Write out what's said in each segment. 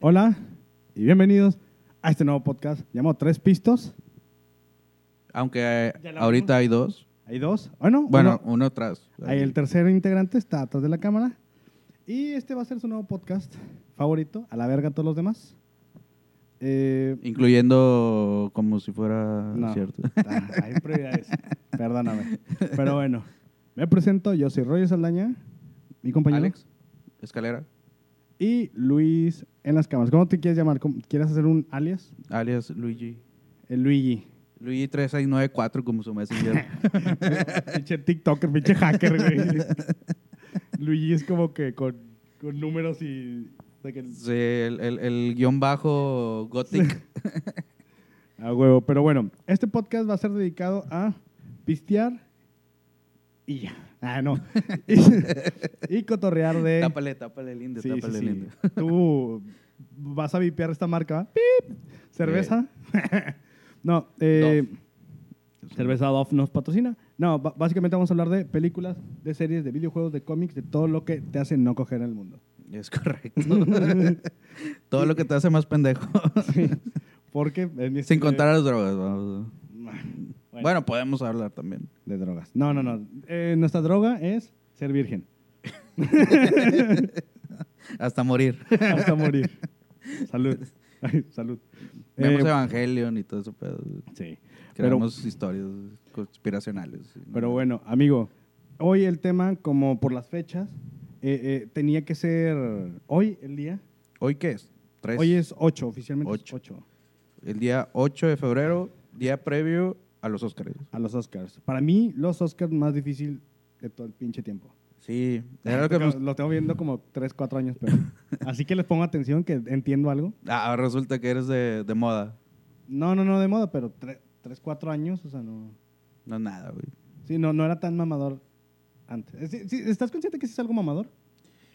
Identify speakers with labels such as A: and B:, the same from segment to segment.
A: Hola y bienvenidos a este nuevo podcast llamado Tres Pistos.
B: Aunque eh,
A: Ya la
B: ahorita hay dos.
A: Hay dos. Bueno,
B: Bueno,
A: uno-
B: uno, atrás.
A: ahí el tercer integrante está atrás de la cámara. Y este va a ser su nuevo podcast favorito, a la verga todos los demás. Eh,
B: Incluyendo como si fuera
A: No.
B: cierto.
A: ah, hay prioridades. Perdóname. Pero bueno, me presento. Yo soy Roger Saldaña, mi compañero.
B: Alex, escalera,
A: Y Luis en las cámaras. ¿Cómo te quieres llamar? ¿Cómo- ¿Quieres hacer un alias?
B: alias Luigi.
A: El Luigi.
B: Luigi 3694 como su messenger.
A: pinche TikToker, pinche hacker, güey. Luigi es como que con, con números y. de que-
B: Sí, el, el- el guión bajo gothic.
A: A huevo. Pero bueno, este podcast va a ser dedicado a pistear y ya. Ah, no. y, y cotorrear de.
B: Tápale, tápale lindo,
A: Sí, sí,
B: tápale
A: sí.
B: lindo.
A: Tú vas a vipear esta marca, ¿va? ¡Pip! ¿Cerveza? no, eh, Cerveza Dof nos patrocina. No, ba- básicamente vamos a hablar de películas, de series, de videojuegos, de cómics, de todo lo que te hace no coger en el mundo.
B: Es correcto. Todo lo que te hace más pendejo.
A: Porque... en este-
B: Sin contar las drogas. vamos.
A: Bueno,
B: Bueno. podemos hablar también.
A: De drogas. No, no, no. Eh, nuestra droga es ser virgen.
B: Hasta morir.
A: Hasta morir. Salud. Ay, salud.
B: Vemos
A: Eh,
B: Evangelion y todo eso. Pero
A: sí. Pero-
B: creamos historias conspiracionales.
A: Pero bueno, amigo, hoy el tema, como por las fechas, eh, eh, tenía que ser hoy el día.
B: ¿Hoy qué es? Tres.
A: Hoy es 8, oficialmente es
B: Ocho.
A: 8
B: El día 8 de febrero, día previo a los Óscares.
A: a los Oscars. Para mí, los Oscars más difícil de todo el pinche tiempo.
B: Sí, era lo que me-
A: Lo tengo viendo como 3, 4 años, pero. Así que les pongo atención, que entiendo algo.
B: Ah, resulta que eres de, de moda.
A: No, no, no de moda, pero 3, 4 años, o sea, no.
B: No nada, güey.
A: Sí, no, no era tan mamador antes. Eh, sí, sí, ¿Estás consciente que sí es algo mamador?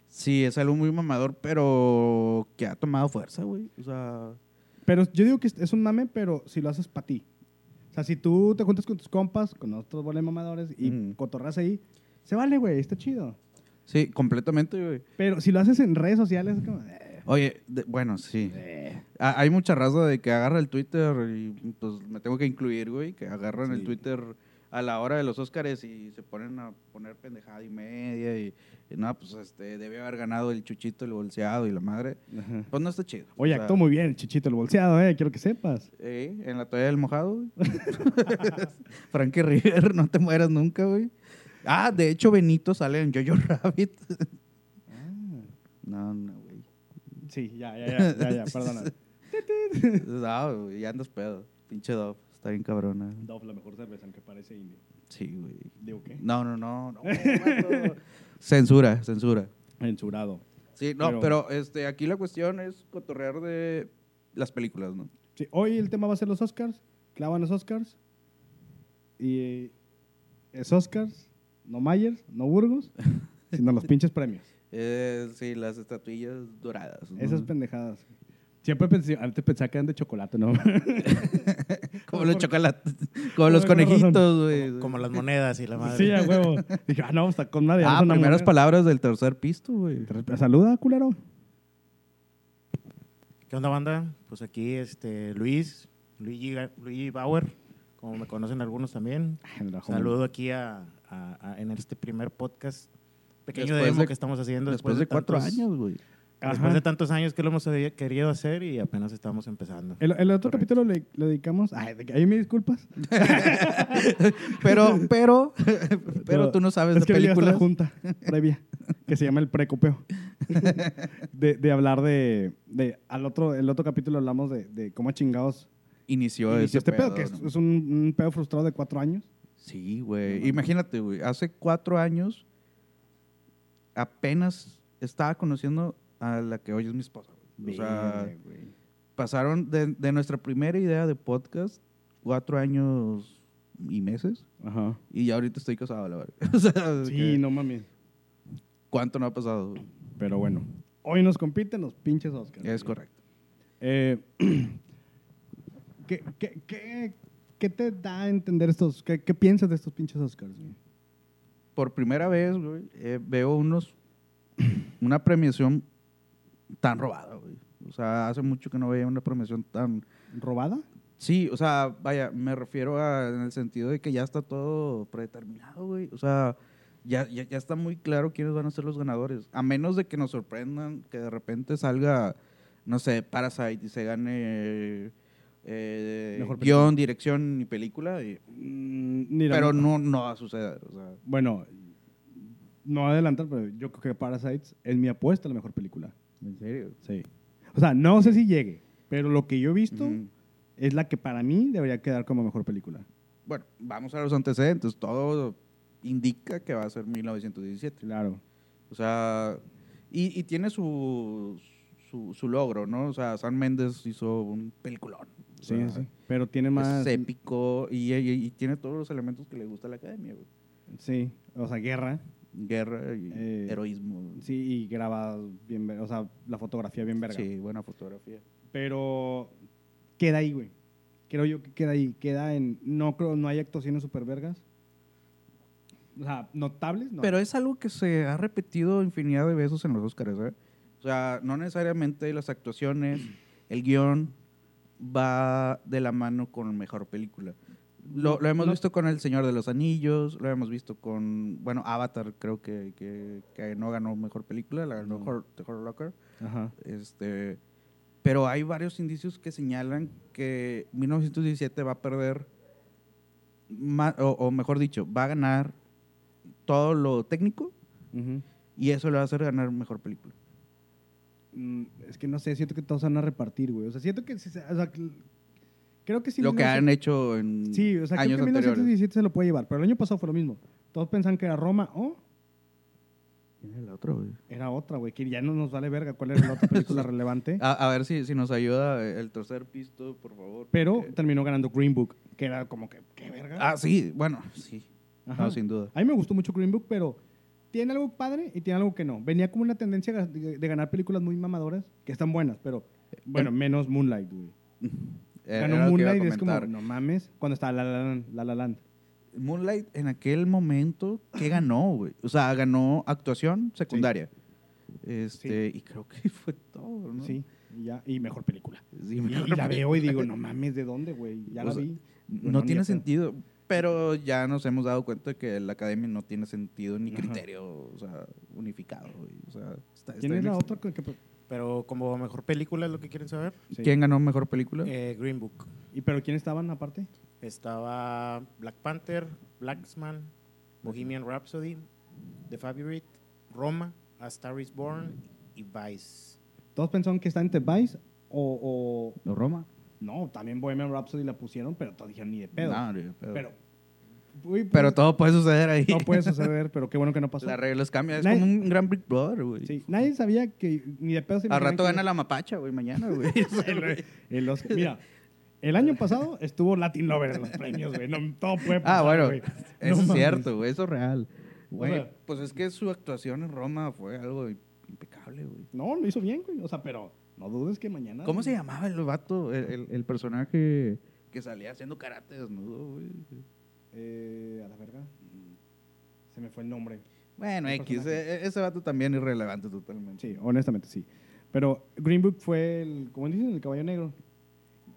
B: Sí, es algo muy mamador, pero que ha tomado fuerza, güey. O sea,
A: Pero yo digo que es- es un mame, pero si lo haces para ti. O sea, si tú te juntas con tus compas, con otros boles mamadores y
B: Ujú.
A: cotorras ahí, se vale, güey, está chido.
B: sí, completamente, güey.
A: Pero si lo haces en redes sociales, es como. eh,
B: Oye, de- bueno, sí.
A: eh.
B: Ah, hay mucha raza de que agarra el Twitter y pues me tengo que incluir, güey, que agarran el
A: Sí.
B: Twitter a la hora de los Óscares y se ponen a poner pendejada y media y, y no, pues este, debió haber ganado el chuchito, el bolseado y la madre.
A: Ajá.
B: Pues no está chido.
A: Oye,
B: O sea,
A: actuó muy bien, Chichito el bolseado, eh, quiero que sepas.
B: eh, en la toalla del mojado, güey. Frankie River, no te mueras nunca, güey. Ah, de hecho, Benito sale en Jojo Rabbit.
A: Ah.
B: no, no, güey.
A: Sí, ya, ya, ya, ya, ya, perdona.
B: No, güey, ya andas pedo. Pinche Dove. Está bien cabrona.
A: Dove, la mejor cerveza, aunque parece indio.
B: Sí, güey.
A: Digo, ¿qué?
B: No, no, no. no, vato. censura, censura.
A: Censurado.
B: Sí, no,
A: Pero-
B: pero, este, aquí la cuestión es cotorrear de las películas, ¿no?
A: Sí, hoy el tema va a ser los Oscars. Clavan los Oscars. Y eh, es Oscars, no Myers, no Burgos, sino los pinches premios.
B: Eh, sí, las estatuillas doradas. ¿no?
A: Esas pendejadas. Siempre pensé, antes pensaba que eran de chocolate, ¿no?
B: Como los chocolates, como los
A: Con razón.
B: conejitos, güey.
C: Como las monedas y la madre.
A: sí, a huevo. Dije, ah, no, está con nadie.
B: Ah, primeras palabras del tercer pisto, güey.
A: palabras. Saluda, culero.
C: ¿Qué onda, banda? Pues aquí este Luis, Luigi, Ga- Luigi Bauer, como me conocen algunos también. Saludo aquí a, a- a- en este primer podcast pequeño
B: Después
C: demo
B: de-
C: que estamos haciendo.
B: Después de cuatro
C: tantos-
B: años, güey.
C: Después de tantos años que lo hemos eh, querido hacer y apenas estamos empezando.
A: El, el otro
C: Correcto.
A: capítulo le, le dedicamos. Ay, de que- ahí me disculpas.
B: Pero, pero,
A: No,
B: pero tú no sabes
A: es
B: de
A: que hoy llegaste a
B: películas.
A: la junta previa que se llama el precopeo. de, de hablar de, de- al otro el otro capítulo hablamos de, de cómo chingados
B: Inició,
A: inició
B: ese
A: este pedo, que es,
B: ¿no?
A: es un, un pedo frustrado de cuatro años.
B: Sí, güey. Imagínate, güey. Hace cuatro años apenas estaba conociendo a la que hoy es mi esposa, güey. O sea,
A: Verga, güey.
B: pasaron de, de nuestra primera idea de podcast cuatro años y meses.
A: Ajá.
B: Y ya ahorita estoy casado, la verdad. O sea,
A: Sí,
B: que-
A: no mames.
B: ¿Cuánto no ha pasado? güey?
A: Pero bueno, hoy nos compiten los pinches Oscars.
B: Es correcto.
A: Eh, ¿qué, qué, qué, qué te da a entender estos? ¿Qué, qué piensas de estos pinches Oscars? güey?
B: Por primera vez, güey, eh, veo unos, una premiación tan robada, güey. O O sea, hace mucho que no veía una promoción tan...
A: ¿Robada?
B: Sí, o sea, vaya, me refiero a, en el sentido de que ya está todo predeterminado, güey. O sea, ya, ya, ya está muy claro quiénes van a ser los ganadores. A menos de que nos sorprendan, que de repente salga, no sé, Parasite y se gane... eh,
A: Mejor
B: guión, dirección y película, y-
A: Mm, mira,
B: pero no, no va a suceder. o sea.
A: Bueno, no voy a adelantar, pero yo creo que Parasites es mi apuesta a la mejor película.
B: ¿En serio?
A: Sí. O sea, no sé si llegue, pero lo que yo he visto
B: Ujú.
A: es la que para mí debería quedar como mejor película.
B: Bueno, vamos a los antecedentes. Todo indica que va a ser 1917.
A: Claro.
B: O sea, y, y tiene su, su, su logro, ¿no? O sea, San Méndez hizo un peliculón. O
A: Sí,
B: sea,
A: sí. Pero tiene
B: Es
A: más...
B: épico y, y- y tiene todos los elementos que le gusta a la academia, güey.
A: Sí, o sea, guerra.
B: Guerra y
A: Eh,
B: heroísmo.
A: Sí, y graba bien, ver- o sea, la fotografía bien verga.
B: Sí, buena fotografía.
A: Pero queda ahí, güey. Creo yo que queda ahí. Queda en. No creo, no hay actuaciones super vergas. O sea, notables, no.
B: Pero es algo que se ha repetido infinidad de veces en los Oscars, ¿eh? O sea, no necesariamente las actuaciones, el guión va de la mano con mejor película. Lo, lo hemos
A: No.
B: visto con El Señor de los Anillos, lo hemos visto con, bueno, Avatar creo que, que- que no ganó mejor película, la ganó
A: No.
B: Hor- The Hurt Locker.
A: Ajá.
B: Este, pero hay varios indicios que señalan que 1917 va a perder, ma- o, o mejor dicho, va a ganar todo lo técnico
A: Ujú.
B: y eso le va a hacer ganar mejor película.
A: Mm, es que no sé, siento que todos van a repartir, güey. O sea, siento que. si se- O sea, que- creo que sí.
B: lo que
A: 1900
B: han hecho en
A: Sí, o sea, creo
B: años
A: que
B: anteriores.
A: 1917 se lo puede llevar. Pero el año pasado fue lo mismo. Todos pensaban que era Roma o
B: ¿Quién era el otro, güey?
A: era otra, güey. Que ya no nos vale verga cuál era la otra película relevante.
B: A, a ver si, si nos ayuda el tercer pisto, por favor.
A: Pero
B: porque-
A: terminó ganando Green Book, que era como que. ¿Qué verga?
B: Ah, sí, bueno, sí.
A: Ajá.
B: No, sin duda.
A: A mí me gustó mucho Green Book, pero tiene algo padre y tiene algo que no. Venía como una tendencia ga- de de ganar películas muy mamadoras, que están buenas, pero bueno, menos Moonlight, güey.
B: Eh, Era
A: Ganó
B: lo que iba a
A: Moonlight y es como,
B: comentar.
A: no mames, cuando estaba La La Land. La La Land.
B: Moonlight en aquel momento, ¿qué ganó, güey? O sea, ganó actuación secundaria. Este, y creo que fue todo, ¿no?
A: Sí, y, ya, y mejor película.
B: Sí,
A: Y,
B: mejor
A: y la veo y
B: película. Pues, eh,
A: digo, no mames, ¿de dónde, güey? Ya
B: O
A: la
B: sea,
A: vi.
B: No,
A: No, ni
B: tiene
A: a pedo.
B: sentido. Pero ya nos hemos dado cuenta que la academia no tiene sentido ni
A: Ajá.
B: criterio o sea, unificado. güey. O sea, está- está
A: ¿Quién es
B: bien
A: la
B: ex-
A: otra? que- que-
C: Pero como mejor película es lo que quieren saber.
A: sí.
B: ¿Quién ganó mejor película?
C: Eh, Green Book.
A: ¿Y pero quién estaban aparte?
C: Estaba Black Panther, Blacksman, Bohemian Rhapsody, The Favorite, Roma, A Star is Born y Vice.
A: Todos pensaron que estaban en The Vice o, o-
B: ¿No Roma?
A: No, también Bohemian Rhapsody la pusieron, pero todos dijeron ni de pedo.
B: No, ni de pedo.
A: pero... Uy,
B: Pero
A: pues,
B: todo puede suceder ahí.
A: No puede suceder, pero qué bueno que no pasó.
B: Las reglas cambian. Es
A: Nadie-
B: como un gran Big Brother, güey.
A: Sí, nadie sabía que ni de pedo se
B: Al rato
A: imaginaban
B: gana la mapacha, güey, mañana, güey. O sea,
A: que-
B: güey.
A: el- el Oscar. Mira, el año pasado estuvo Latin Lover en los premios, güey. No, todo puede pasar,
B: ah, bueno,
A: güey.
B: eso
A: No
B: es
A: mames.
B: cierto, güey, eso es real. Güey,
A: sea-
B: pues es que su actuación en Roma fue algo impecable, güey.
A: No, lo hizo bien, güey. O sea, pero no dudes que mañana.
B: ¿Cómo se llamaba el vato, el, el- el personaje que salía haciendo karate desnudo, güey?
A: Eh, a la verga. Se me fue el nombre.
B: Bueno,
A: ¿Qué
B: X,
A: personaje?
B: e- e- ese vato también irrelevante totalmente.
A: Sí, honestamente sí. Pero Green Book fue el, ¿cómo dicen? El caballo negro.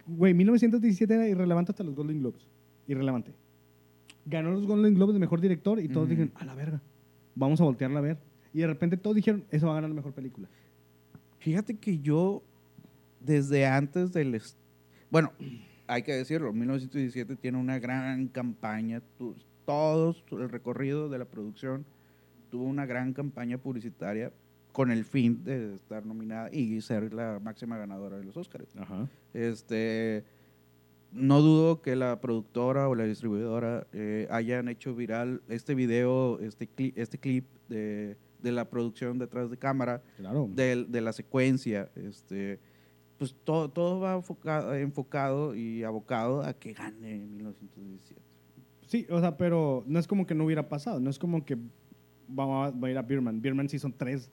A: Güey, 1917 era irrelevante hasta los Golden Globes. Irrelevante. Ganó los Golden Globes de mejor director y todos
B: Ujú.
A: dijeron, a la verga, vamos a voltearla a ver. Y de repente todos dijeron, eso va a ganar la mejor película.
B: Fíjate que yo, desde antes del... est- Bueno, hay que decirlo, 1917 tiene una gran campaña, tu- todos, el recorrido de la producción tuvo una gran campaña publicitaria con el fin de estar nominada y ser la máxima ganadora de los Óscares.
A: Ajá.
B: Este, no dudo que la productora o la distribuidora eh, hayan hecho viral este video, este, cli- este clip de, de la producción detrás de cámara,
A: Claro.
B: del- de, la secuencia. Este, pues todo, todo va enfocado, enfocado y abocado a que gane 1917.
A: Sí, o sea, pero no es como que no hubiera pasado. No es como que vamos a, va a ir a Birman. Birman sí son tres.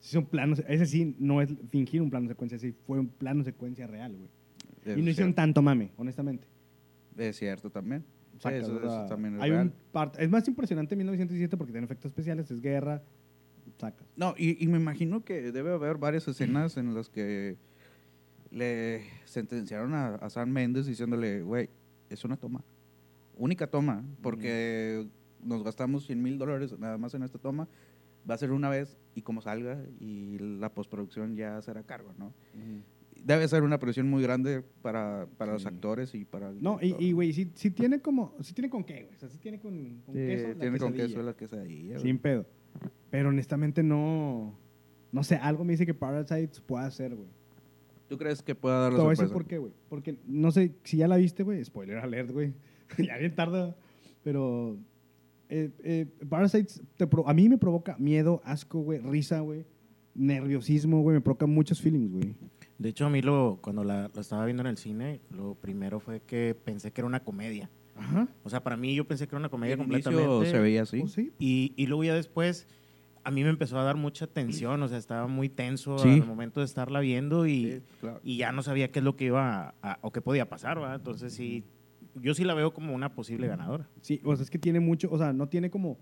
A: Sí son planos. Ese sí no es fingir un plano secuencia. Sí fue un plano secuencia real, güey.
B: Es
A: Y no hicieron
B: cierto,
A: tanto mame, honestamente.
B: Es cierto también. Sí,
A: Sacas,
B: eso,
A: o sea,
B: eso también es
A: hay un
B: real.
A: part- es más impresionante 1917 porque tiene efectos especiales, es guerra, sacas.
B: No, y, y me imagino que debe haber varias escenas en las que le sentenciaron a, a San Méndez diciéndole, güey, es una toma. Única toma, porque
A: Mm.
B: nos gastamos 100 mil dólares nada más en esta toma. Va a ser una vez y como salga y la postproducción ya será a cargo, ¿no? Debe ser una presión muy grande para, para los
C: Sí.
B: actores y para... el
A: No, y,
B: director.
A: y güey, si, si tiene como. Si tiene con qué, güey. O sea, si tiene con, con
B: Sí,
A: queso. la
B: tiene con queso
A: quesadilla.
B: la quesadilla. güey.
A: Sin pedo. Pero honestamente no. No sé, algo me dice que Parasites puede hacer, güey.
B: ¿Tú crees que pueda dar
A: Te
B: la
A: voy a decir
B: sorpresa?
A: por qué, güey. Porque no sé si ya la viste, güey. Spoiler alert, güey. ya bien tarda. Pero. eh, eh, Parasites te pro- a mí me provoca miedo, asco, güey, risa, güey. Nerviosismo, güey. Me provoca muchos feelings, güey.
C: De hecho, a mí lo, cuando la, la estaba viendo en el cine, lo primero fue que pensé que era una comedia.
A: Ajá.
C: O sea, para mí yo pensé que era una comedia
B: Al inicio
C: completamente.
B: se veía así.
A: ¿O pues sí?
C: Y, y luego ya después, a mí me empezó a dar mucha tensión, o sea, estaba muy tenso
B: Sí.
C: al momento de estarla viendo y,
B: Sí, claro.
C: y ya no sabía qué es lo que iba a- a- o qué podía pasar, ¿verdad? Entonces sí, yo sí la veo como una posible ganadora.
A: Sí, o sea, es que tiene mucho, o sea, no tiene como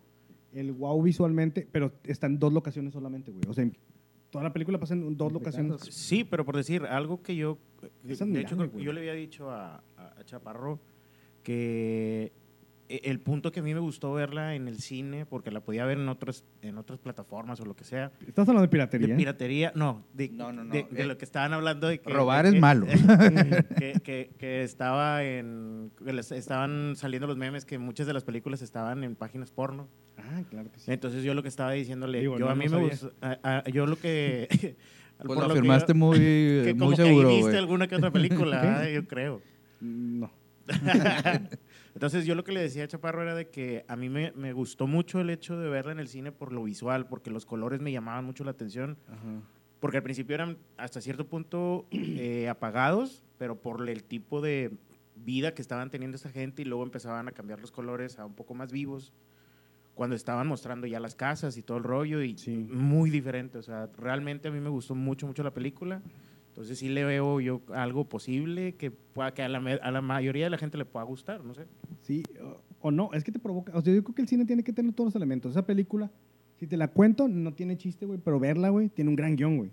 A: el wow visualmente, pero está en dos locaciones solamente, güey. O sea, en- toda la película pasa en dos locaciones.
C: Sí, pero por decir algo que yo,
A: Es
C: de
A: admirable,
C: hecho creo que
A: güey.
C: yo le había dicho a, a- a Chaparro que e- el punto que a mí me gustó verla en el cine, porque la podía ver en otras, en otras plataformas o lo que sea,
A: Estás hablando de piratería.
C: De piratería, no, de,
B: No, no, no,
C: de,
B: eh,
C: de lo que estaban hablando de que...
B: robar
C: de
B: es
C: que-
B: malo.
C: que, que- que estaba en... que les- estaban saliendo los memes que muchas de las películas estaban en páginas porno.
A: Ah, claro que sí.
C: Entonces yo lo que estaba diciéndole,
A: Digo,
C: yo
A: no,
C: a mí
A: no sabía.
C: me gustó, a- a- yo lo que...
B: Pues
C: por
B: lo
C: que
B: afirmaste
C: yo-
B: muy, eh,
C: que como
B: muy
C: que ahí
B: seguro,
C: viste
B: güey.
C: alguna que otra película, ¿verdad? yo creo.
A: No.
C: Entonces yo lo que le decía a Chaparro era de que a mí me, me gustó mucho el hecho de verla en el cine por lo visual, porque los colores me llamaban mucho la atención. Porque al principio eran hasta cierto punto eh, apagados, pero por el tipo de vida que estaban teniendo esta gente y luego empezaban a cambiar los colores a un poco más vivos cuando estaban mostrando ya las casas y todo el rollo y
A: Sí.
C: muy diferente. O sea, realmente a mí me gustó mucho, mucho la película. Entonces sí le veo yo algo posible que, pueda, que a, la, me- a la mayoría de la gente le pueda gustar, no sé.
A: Sí, o, o no, es que te provoca. O sea, yo creo que el cine tiene que tener todos los elementos. Esa película, si te la cuento, no tiene chiste, güey, pero verla, güey, tiene un gran guión, güey.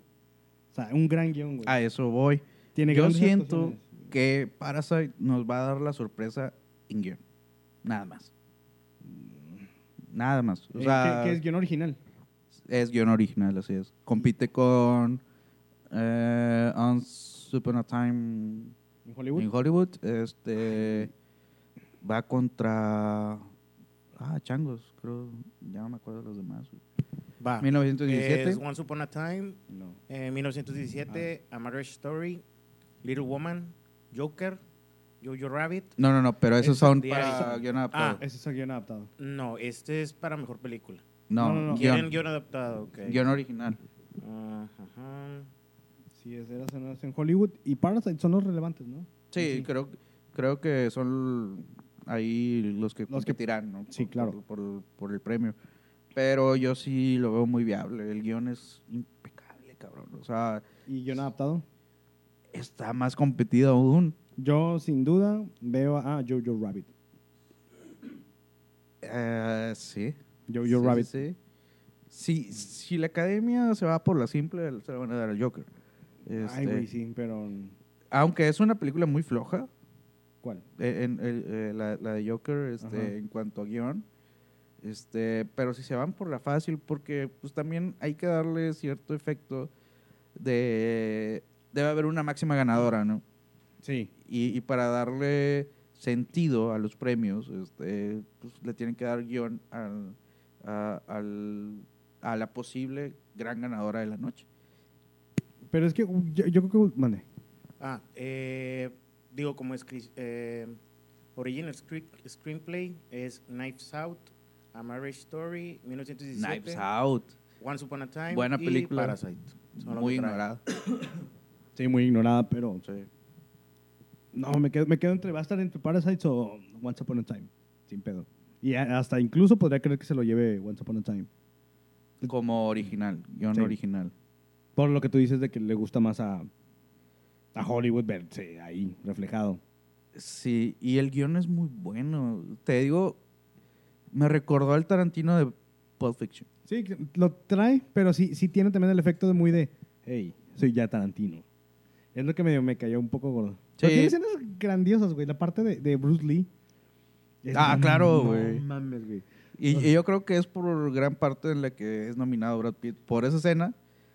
A: O sea, un gran guión, güey.
B: A eso voy.
A: tiene
B: Yo
A: grandes
B: siento
A: actuaciones.
B: que Parasite nos va a dar la sorpresa en guión. Nada más. Nada más. O
A: Eh,
B: sea,
A: que, que es guión original.
B: es guión original, así es. Compite con eh, Once Upon a Time
A: En Hollywood.
B: en Hollywood. Este va contra ah, Changos, creo, ya no me acuerdo de los demás. güey.
C: Va.
B: 1917.
C: Ah, Es Once Upon a Time,
A: No.
C: eh, 1917, A Marriage Story, Little Woman, Joker, Jojo Rabbit.
B: No, no, no, pero esos
C: Es
B: son
C: de
B: para
C: Arizona.
B: guión adaptado.
A: Ese es el guión adaptado.
C: No, este es para mejor película.
B: no,
A: eh, no, no, no.
B: Guión,
C: ¿Quieren guión adaptado? ok.
B: guión original.
C: Ajá.
A: Sí, es de las escenas en Hollywood. Y Parasite son los relevantes, ¿no?
B: Sí,
A: Sí.
B: Creo, creo que son ahí los que
A: Los que-
B: competirán, ¿no?
A: sí,
B: Por-
A: claro.
B: Por, por- por el premio. Pero yo sí lo veo muy viable. El guión es impecable, cabrón. O sea,
A: Y guión adaptado.
B: está más competido aún.
A: Yo, sin duda, veo a Jojo Rabbit.
B: Eh, sí.
A: Jojo
B: Sí, sí,
A: Rabbit.
B: sí. Si, si la academia se va por la simple, se la van a dar al Joker.
A: Ay,
B: Este,
A: güey, sí, pero...
B: Aunque es una película muy floja,
A: ¿Cuál?
B: eh, en- el- eh, la, la de Joker este,
A: Ajá.
B: en cuanto a guión. Este, pero si se van por la fácil, porque pues también hay que darle cierto efecto de... Debe haber una máxima ganadora, ¿no?
A: Sí.
B: Y, y para darle sentido a los premios, este, pues, le tienen que dar guión al- a, al- a la posible gran ganadora de la noche.
A: Pero es que uh, yo, yo creo que... Mande.
C: Ah, eh, digo, como es eh, original script- screenplay es Knives Out, A Marriage Story, 1917,
B: Knives Out.
C: Once Upon a Time
B: Buena
C: y
B: película.
C: Parasite. Son los
B: Muy
C: que traen.
B: ignorada.
A: Sí, muy ignorada, pero...
B: Sí.
A: No, me quedo, me quedo entre... ¿Va a estar entre Parasites o Once Upon a Time? Sin pedo. Y a- hasta incluso podría creer que se lo lleve Once Upon a Time.
B: Como original, guión
A: Sí.
B: original.
A: Por lo que tú dices de que le gusta más a, a Hollywood verse ahí, reflejado.
B: Sí, y el guión es muy bueno. Te digo, me recordó al Tarantino de Pulp Fiction.
A: Sí, que lo trae, pero sí, sí tiene también el efecto de muy de, hey, soy ya Tarantino. Es lo que medio me cayó un poco gordo.
B: Sí.
A: Pero tiene escenas grandiosas, güey. La parte de, de Bruce Lee.
B: Ah, claro, güey.
A: No mames, güey.
B: Y, y yo creo que es por gran parte en la que es nominado Brad Pitt por esa escena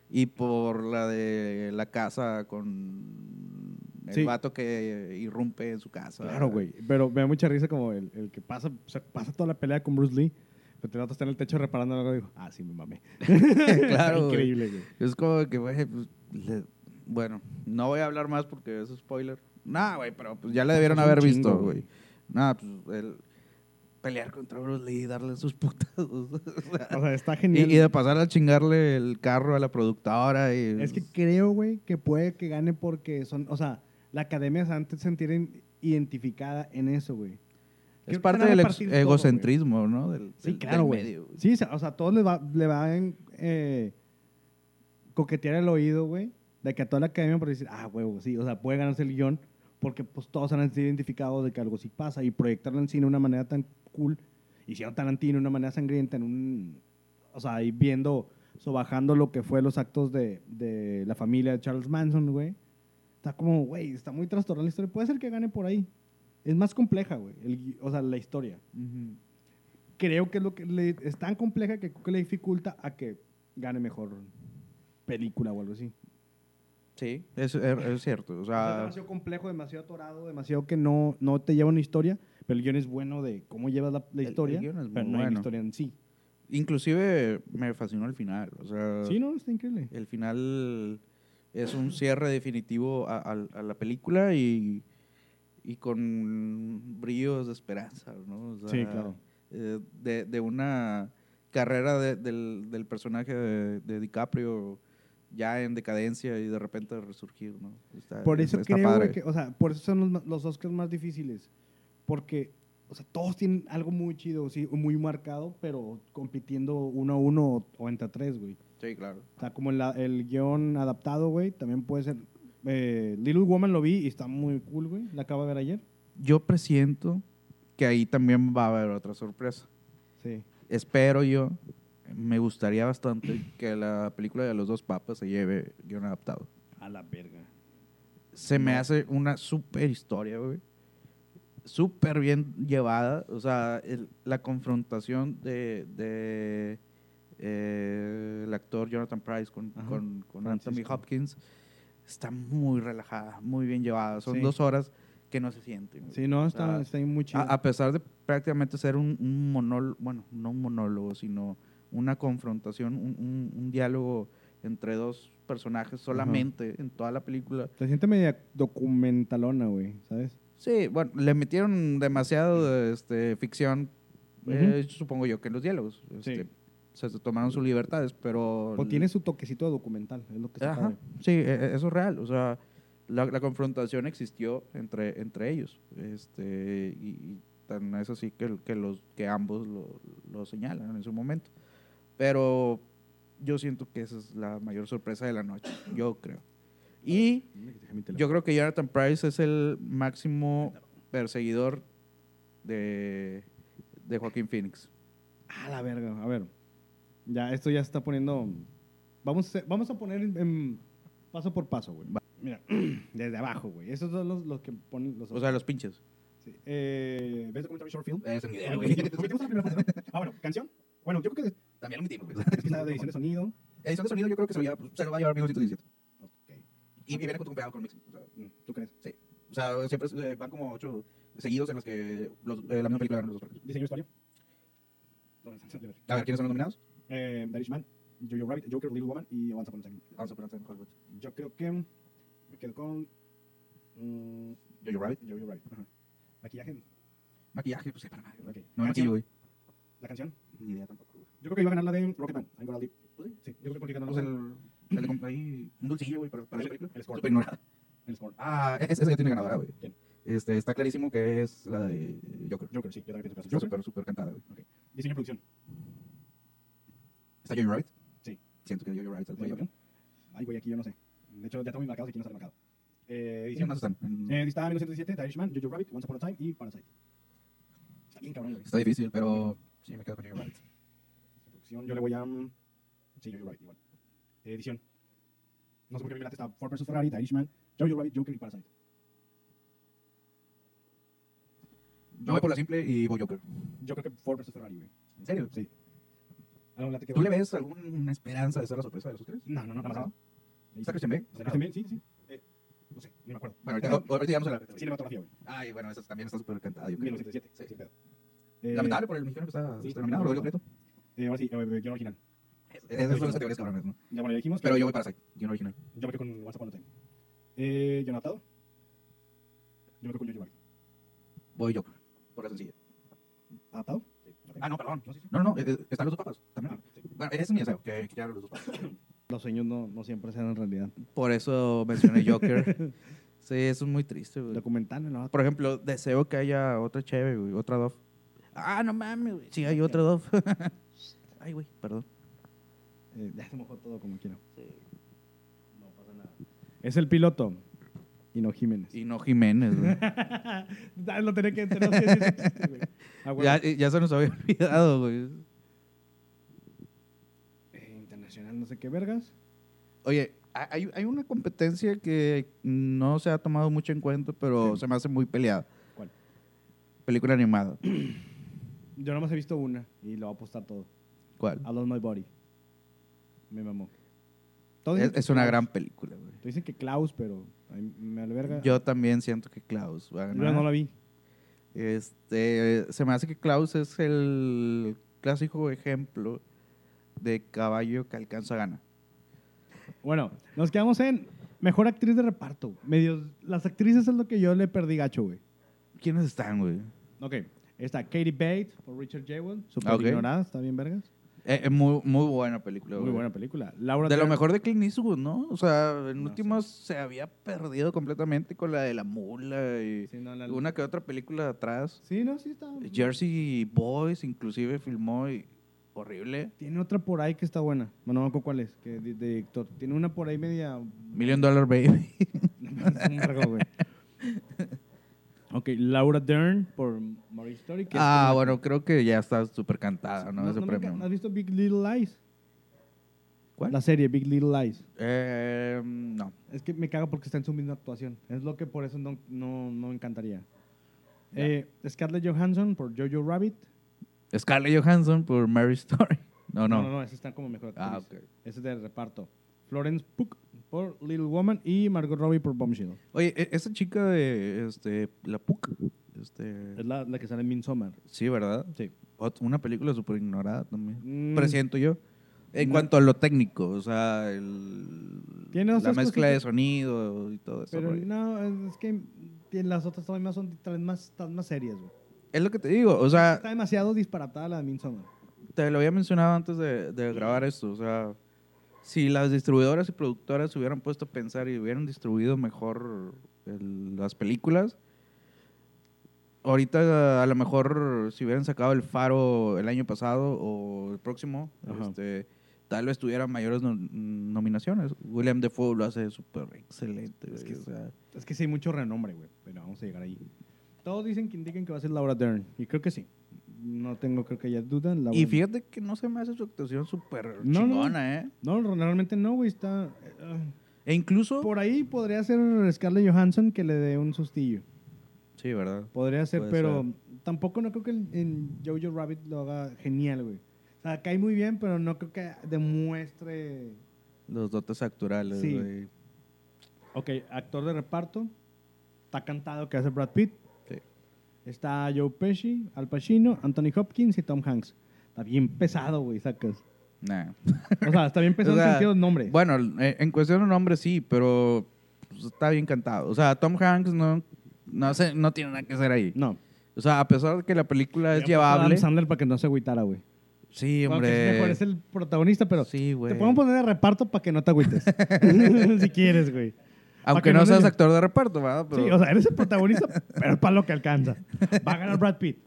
B: y por la de la casa con el
A: Sí.
B: vato que irrumpe en su casa.
A: Claro, güey. Pero me da mucha risa como el, el que pasa, o sea, pasa toda la pelea con Bruce Lee, pero el otro está en el techo reparando algo y digo, ah, sí, me mamé.
B: Claro, güey.
A: Increíble, güey.
B: Es como que, güey, pues, le- bueno, no voy a hablar más porque es spoiler. Nah, güey, pero pues ya le debieron
A: Es Ah, un
B: haber
A: chingo,
B: visto,
A: güey.
B: güey. Nah, pues el pelear contra Bruce Lee y darle sus putas.
A: O sea, está
B: y,
A: genial.
B: y de pasar a chingarle el carro a la productora y...
A: Es que creo, güey, que puede que gane porque son, o sea, la academia se antes sentir in- identificada en eso, güey.
B: Es
A: Creo que
B: parte
A: van a
B: del ex-
A: repartir todo,
B: egocentrismo, ¿no? Del,
A: Sí,
B: del-
A: claro,
B: del
A: güey.
B: medio,
A: Sí, o sea, a todos les va, le va a en- eh, coquetear el oído, güey, de que a toda la academia por decir, ah, huevo, sí, o sea, puede ganarse el guión porque pues todos han sido identificados de que algo sí pasa y proyectarlo en cine de una manera tan cool, hicieron Tarantino de una manera sangrienta en un, o sea, y viendo, sobajando lo que fue los actos de, de la familia de Charles Manson, güey. Está como, güey, está muy trastornada la historia. Puede ser que gane por ahí. Es más compleja, güey, el gui- o sea, la historia creo que es lo que le, es tan compleja que creo que le dificulta a que gane mejor película o algo así.
B: Sí, es, es- es cierto. O
A: Es
B: sea,
A: demasiado complejo, demasiado atorado, demasiado que no, no te lleva una historia, pero el guión es bueno de cómo llevas la, la
B: el
A: historia,
B: guión es muy
A: pero no hay una
B: bueno.
A: historia en sí.
B: inclusive me fascinó el final. O sea,
A: Sí, no, está increíble.
B: el final es un cierre definitivo a, a- a la película y, y con brillos de esperanza, ¿no? O sea,
A: Sí, claro.
B: eh, de, de una carrera de- del, del personaje de, de DiCaprio ya en decadencia y de repente resurgir, ¿no? Está-
A: Por eso
B: Eh, está
A: creo güey,
B: padre.
A: que, o sea, por eso son los, ma- los Oscars más difíciles, porque, o sea, todos tienen algo muy chido, sí, muy marcado, pero compitiendo uno a uno o, o entre tres, güey.
B: Sí, claro.
A: O sea, como la- el guión adaptado, güey, también puede ser. Eh, Little Woman lo vi y está muy cool, güey. La acabo de ver ayer.
B: Yo presiento que ahí también va a haber otra sorpresa.
A: Sí.
B: Espero yo, me gustaría bastante que la película de los dos papas se lleve guión adaptado.
A: A la verga.
B: Se me hace una super historia, güey. Súper bien llevada. O sea, el- la confrontación de, de, eh, el actor Jonathan Price con,
A: Ajá,
B: con- con Anthony
A: Francisco.
B: Hopkins está muy relajada, muy bien llevada. Son
A: Sí.
B: dos horas que no se sienten. güey.
A: Sí, no, está,
B: Ah,
A: está ahí muy chido.
B: A, a pesar de prácticamente ser un, monólogo, bueno, no un monólogo, sino una confrontación, un, un- un diálogo entre dos personajes solamente en toda la película.
A: Se siente media documentalona, güey, ¿sabes?
B: Sí, bueno, le metieron demasiado este, ficción,
A: Ujú.
B: eh, supongo yo, que en los diálogos. este,
A: Sí.
B: se se tomaron sus libertades, pero...
A: O tiene su toquecito de documental, es lo que está
B: Ajá,
A: padre.
B: sí, e- e- eso es real. O sea, la, la confrontación existió entre, entre ellos. Este, y, y tan es así que, que, los, que ambos lo, lo señalan en su momento. Pero yo siento que esa es la mayor sorpresa de la noche, yo creo. Y
A: Dejé mi teléfono.
B: yo creo que Jonathan Price es el máximo perseguidor de, de Joaquín Phoenix.
A: A la verga. A ver. Ya, esto ya se está poniendo. Vamos a, hacer- vamos a poner en, en paso por paso, güey. Mira, desde abajo, güey. Esos son los, los que ponen los.
B: O sea, los pinches.
A: Sí. Eh, ¿Ves documentary short film?
D: Esa es mi idea,
A: Ah,
D: güey.
A: ¿Metemos la primera parte? Ah, bueno, canción. Bueno, yo creo que
D: También lo metimos. güey.
A: es la de edición de sonido.
D: pues. Edición de sonido yo creo que se lo, lleva, pues, se lo va a llevar 1917.
A: Ok.
D: Y viene con tu cumpleaños con Mixi. O sea,
A: Mm, ¿Tú crees?
D: o sea, siempre es- eh, van como ocho seguidos en los que los- eh, la misma película ganan los dos premios.
A: Diseño de historia. ¿Dónde están? De ver.
D: A ver, ¿quiénes son los nominados?
A: Eh, The Irishman, Jojo Rabbit, Joker, Little Woman y Once Upon a Time.
D: Vamos a poner en Hollywood.
A: Yo creo que me quedo con mm,
D: Jojo Rabbit.
A: Jojo Rabbit. Ajá. Maquillaje.
D: Maquillaje, pues es para madre.
A: Ok.
D: güey. No me maquillo, güey.
A: La canción.
D: Ni idea tampoco, güey.
A: Yo creo que iba a ganar la de Rocketman. I'm gonna leave.
D: Pues sí.
A: Sí, yo creo que porque ganó
D: Pues el... el de comp- ahí, un dulcillo, güey, para, para
A: El-
D: esa película.
A: el score.
D: Súper ignorada.
A: el score.
D: Ah, es- esa ya tiene ganadora, güey.
A: ¿Quién?
D: Este, está clarísimo que es la de eh, Joker.
A: Joker, sí, yo también
D: Está
A: pienso que es Joker.
D: súper, súper cantada, güey.
A: Diseño y producción.
D: ¿Está Jojo Rabbit?
A: Sí.
D: Siento que Jojo Rabbit es
A: ¿De
D: el
A: avión? Ay, güey, aquí yo no sé. De hecho, ya tengo mis marcados y aquí no sale marcado. Eh,
D: ¿Quién
A: edición.
D: más están? En-
A: Eh, está 1917, The Irishman, Jojo Rabbit, Once Upon a Time y Parasite. Está bien cabrón, güey.
D: Está difícil, pero sí me quedo con Jojo Rabbit.
A: Producción, yo le voy a... mm, Eh, Sí, Jojo Rabbit, igual. Edición. No sé por qué mi lata está Ford vs Ferrari, The Irishman, Jojo Rabbit, Joker y Parasite.
D: Yo voy por la simple y voy Joker.
A: Yo creo que Ford vs Ferrari, güey.
D: ¿En serio?
A: Sí. Algo late que
D: ¿Tú le ves alguna esperanza de ser la sorpresa de los tres?
A: No, no, no, nada más.
D: ¿Está Christian Bale? Ah,
A: ¿Está Christian Bale? Sí, sí. Eh, no sé, ni me acuerdo.
D: Bueno, ahorita, no, ahorita llegamos a la
A: Cinematografía, güey.
D: Ay, bueno, esa también está súper encantada. Yo creo.
A: 1907.
D: Sí, sí.
A: sin pedo.
D: Lamentable por el mexicano que está
A: sí.
D: está nominado, Rodrigo Prieto.
A: Eh, eh, ahora sí, eh, eh, guión original.
D: Esas son las categorías cabrones, ¿no?
A: Ya bueno, ya dijimos.
D: Pero yo voy para Psych, guión original.
A: Yo me quedo con WhatsApp on the Time. Eh, John Atado. Yo me quedo con Jojo Rabbit.
D: Voy Joker, por la sencilla.
A: ¿Atado?
D: Ah, no, perdón. No, no, no, eh, eh, están los dos papas.
A: Ah,
D: También. Bueno, ese es mi deseo, que quitaran los dos papas.
A: Los sueños no, no siempre se dan en realidad.
B: Por eso mencioné Joker. sí, eso es muy triste, güey.
A: Documentales, ¿no?
B: Por ejemplo, deseo que haya otra chévere, güey, otra Dove. Ah, no mames, güey. Sí, hay otra Dove. Ay, güey, perdón.
A: Eh, ya se mojó todo como quiero. No pasa nada. Es el piloto. Y no Jiménez.
B: Y no Jiménez, güey.
A: Ah, Lo tenía que tenemos que decir, chiste, güey. Ah, güey.
B: ya, ya se nos había olvidado, güey.
A: Eh, internacional, no sé qué vergas.
B: Oye, ha- hay, hay una competencia que no se ha tomado mucho en cuenta, pero se me hace muy peleada.
A: ¿Cuál?
B: Película animada.
A: Yo nomás he visto una y lo voy a apostar todo.
B: ¿Cuál?
A: I Lost My Body. Me mamó. Todos
B: Es,
A: dicen que
B: es una
A: Klaus.
B: gran película, güey.
A: Te dicen que Klaus, pero a mí me alberga.
B: Yo también siento que Klaus va a
A: Yo
B: ganar.
A: no la vi.
B: Este, se me hace que Klaus es el clásico ejemplo de caballo que alcanza a ganar.
A: Bueno, nos quedamos en mejor actriz de reparto. güey. Medios, las actrices es lo que yo le perdí gacho, güey.
B: ¿Quiénes están, güey?
A: Ok. Está Katie Bates por Richard Jewell. Super
B: Ok.
A: ignorada, está bien, vergas.
B: Eh, eh, muy, muy buena película,
A: Muy
B: güey.
A: buena película. Laura
B: De lo
A: Dern-
B: mejor de Clint Eastwood, ¿no? O sea, en
A: No
B: últimas se había perdido completamente con la de la mula y
A: Sí, no, la-
B: una que otra película atrás.
A: Sí, no, sí está.
B: Jersey Boys inclusive filmó y horrible.
A: Tiene otra por ahí que está buena. No, no me acuerdo cuál es, que de, de director. Tiene una por ahí media...
B: Million Dollar Baby.
A: Es un vergo, güey. ok, Laura Dern por Marie Story. que es
B: ah,
A: como-
B: bueno, creo que ya está súper cantada, ¿no?
A: No,
B: Ese
A: no me
B: premio.
A: ca- ¿Has visto Big Little Lies?
B: ¿Cuál?
A: La serie Big Little Lies.
B: Eh, no.
A: Es que me caga porque está en su misma actuación. Es lo que por eso no, no, no me encantaría.
B: Ya.
A: Eh, Scarlett Johansson por Jojo Rabbit.
B: Scarlett Johansson por Mary Story. No, no.
A: no, no, esa está como mejor actriz.
B: Ah, ok.
A: Ese es del reparto. Florence Pugh por Little Woman y Margot Robbie por Bombshell.
B: Oye, e- esa chica de este, la PUC. Este,
A: Es la, la que sale en Midsommar.
B: sí, ¿verdad?
A: Sí.
B: Ot- Una película súper ignorada también.
A: Mm.
B: Presiento yo. En
A: No.
B: cuanto a lo técnico, o sea, el-
A: Tiene
B: la
A: otras
B: mezcla de
A: cositas.
B: sonido y todo eso.
A: Pero no, es que tiene- las otras todavía más son tal vez más, están más serias, güey.
B: Es lo que te digo, o sea,
A: Está demasiado disparatada la de Midsommar.
B: te lo había mencionado antes de, de grabar esto, o sea, si las distribuidoras y productoras se hubieran puesto a pensar y hubieran distribuido mejor el- las películas, ahorita a lo mejor si hubieran sacado el faro el año pasado o el próximo,
A: Ajá.
B: este, tal vez tuvieran mayores no- nominaciones. William Defoe lo hace súper excelente.
A: Es
B: güey,
A: que
B: o sea,
A: Es que sí hay mucho renombre, güey. Pero vamos a llegar ahí. Todos dicen que indiquen que va a ser Laura Dern. Y creo que sí. No tengo, creo que ya duda. Laura
B: y fíjate que no se me hace su actuación súper
A: No, no.
B: chingona, ¿eh?
A: No, realmente no, güey. Está. eh, ah.
B: E incluso...
A: por ahí podría ser Scarlett Johansson que le dé un sustillo.
B: Sí, ¿verdad?
A: Podría ser,
B: Puede
A: pero tampoco no creo que en, en Jojo Rabbit lo haga genial, güey. O sea, cae muy bien, pero no creo que demuestre.
B: Los dotes actorales,
A: Sí.
B: güey.
A: Ok, actor de reparto. Está cantado que hace Brad Pitt.
B: Sí.
A: Está Joe Pesci, Al Pacino, Anthony Hopkins y Tom Hanks. Está bien pesado, güey, sacas.
B: Nah.
A: O sea, está bien pesado
B: O
A: en
B: sea,
A: sentido de nombre.
B: Bueno, eh, en cuestión de nombre sí, pero pues, está bien cantado. O sea, Tom Hanks no, no, hace- no tiene nada que hacer ahí.
A: no.
B: O sea, a pesar de que la película es
A: Le han puesto a Adam
B: llevable.
A: Sandler para que no se agüitara, güey.
B: Sí,
A: Bueno, que
B: hombre.
A: es mejor es el protagonista, pero
B: Sí, güey.
A: te podemos poner de reparto para que no te agüites. si quieres, güey. pa' que
B: Aunque no
A: no
B: seas
A: le-
B: actor de reparto, ¿verdad? Pero,
A: Sí, o sea, eres el protagonista, pero es para lo que alcanza. Va a ganar Brad Pitt.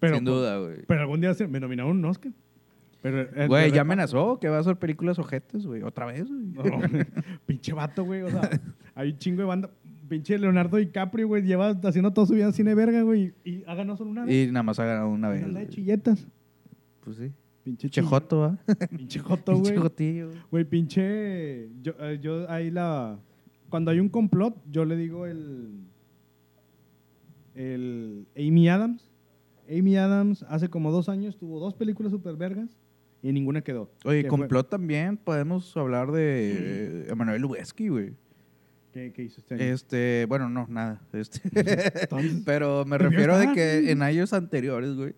A: Pero,
B: sin duda, güey.
A: Pero algún día se- me nominaron un Oscar. Pero, eh, de
B: Güey,
A: reparto-
B: ya amenazó que va a hacer películas ojetes, güey. Otra vez, güey.
A: No, güey. pinche vato, güey. O sea, hay un chingo de banda. Pinche Leonardo DiCaprio, güey, lleva haciendo toda su vida cine verga, güey. Y y ha ganado solo una vez.
B: Y nada más ha ganado una
A: Una
B: vez.
A: anda de
B: güey.
A: chilletas.
B: Pues sí.
A: Pinche
B: Chejoto, ¿va?
A: chille- Pinche joto,
B: Pinche
A: güey.
B: jotillo.
A: Güey, pinche. Yo, eh, yo ahí la. cuando hay un complot, yo le digo el. El. Amy Adams. Amy Adams hace como dos años tuvo dos películas super vergas y ninguna quedó.
B: Oye,
A: Que fue-
B: complot también, podemos hablar de eh, Emanuel Lubezki, güey.
A: que, que hizo este año.
B: Este, bueno, no, nada. Este.
A: Entonces,
B: Pero me
A: Debió
B: refiero de
A: estar,
B: que
A: sí.
B: en años anteriores, güey.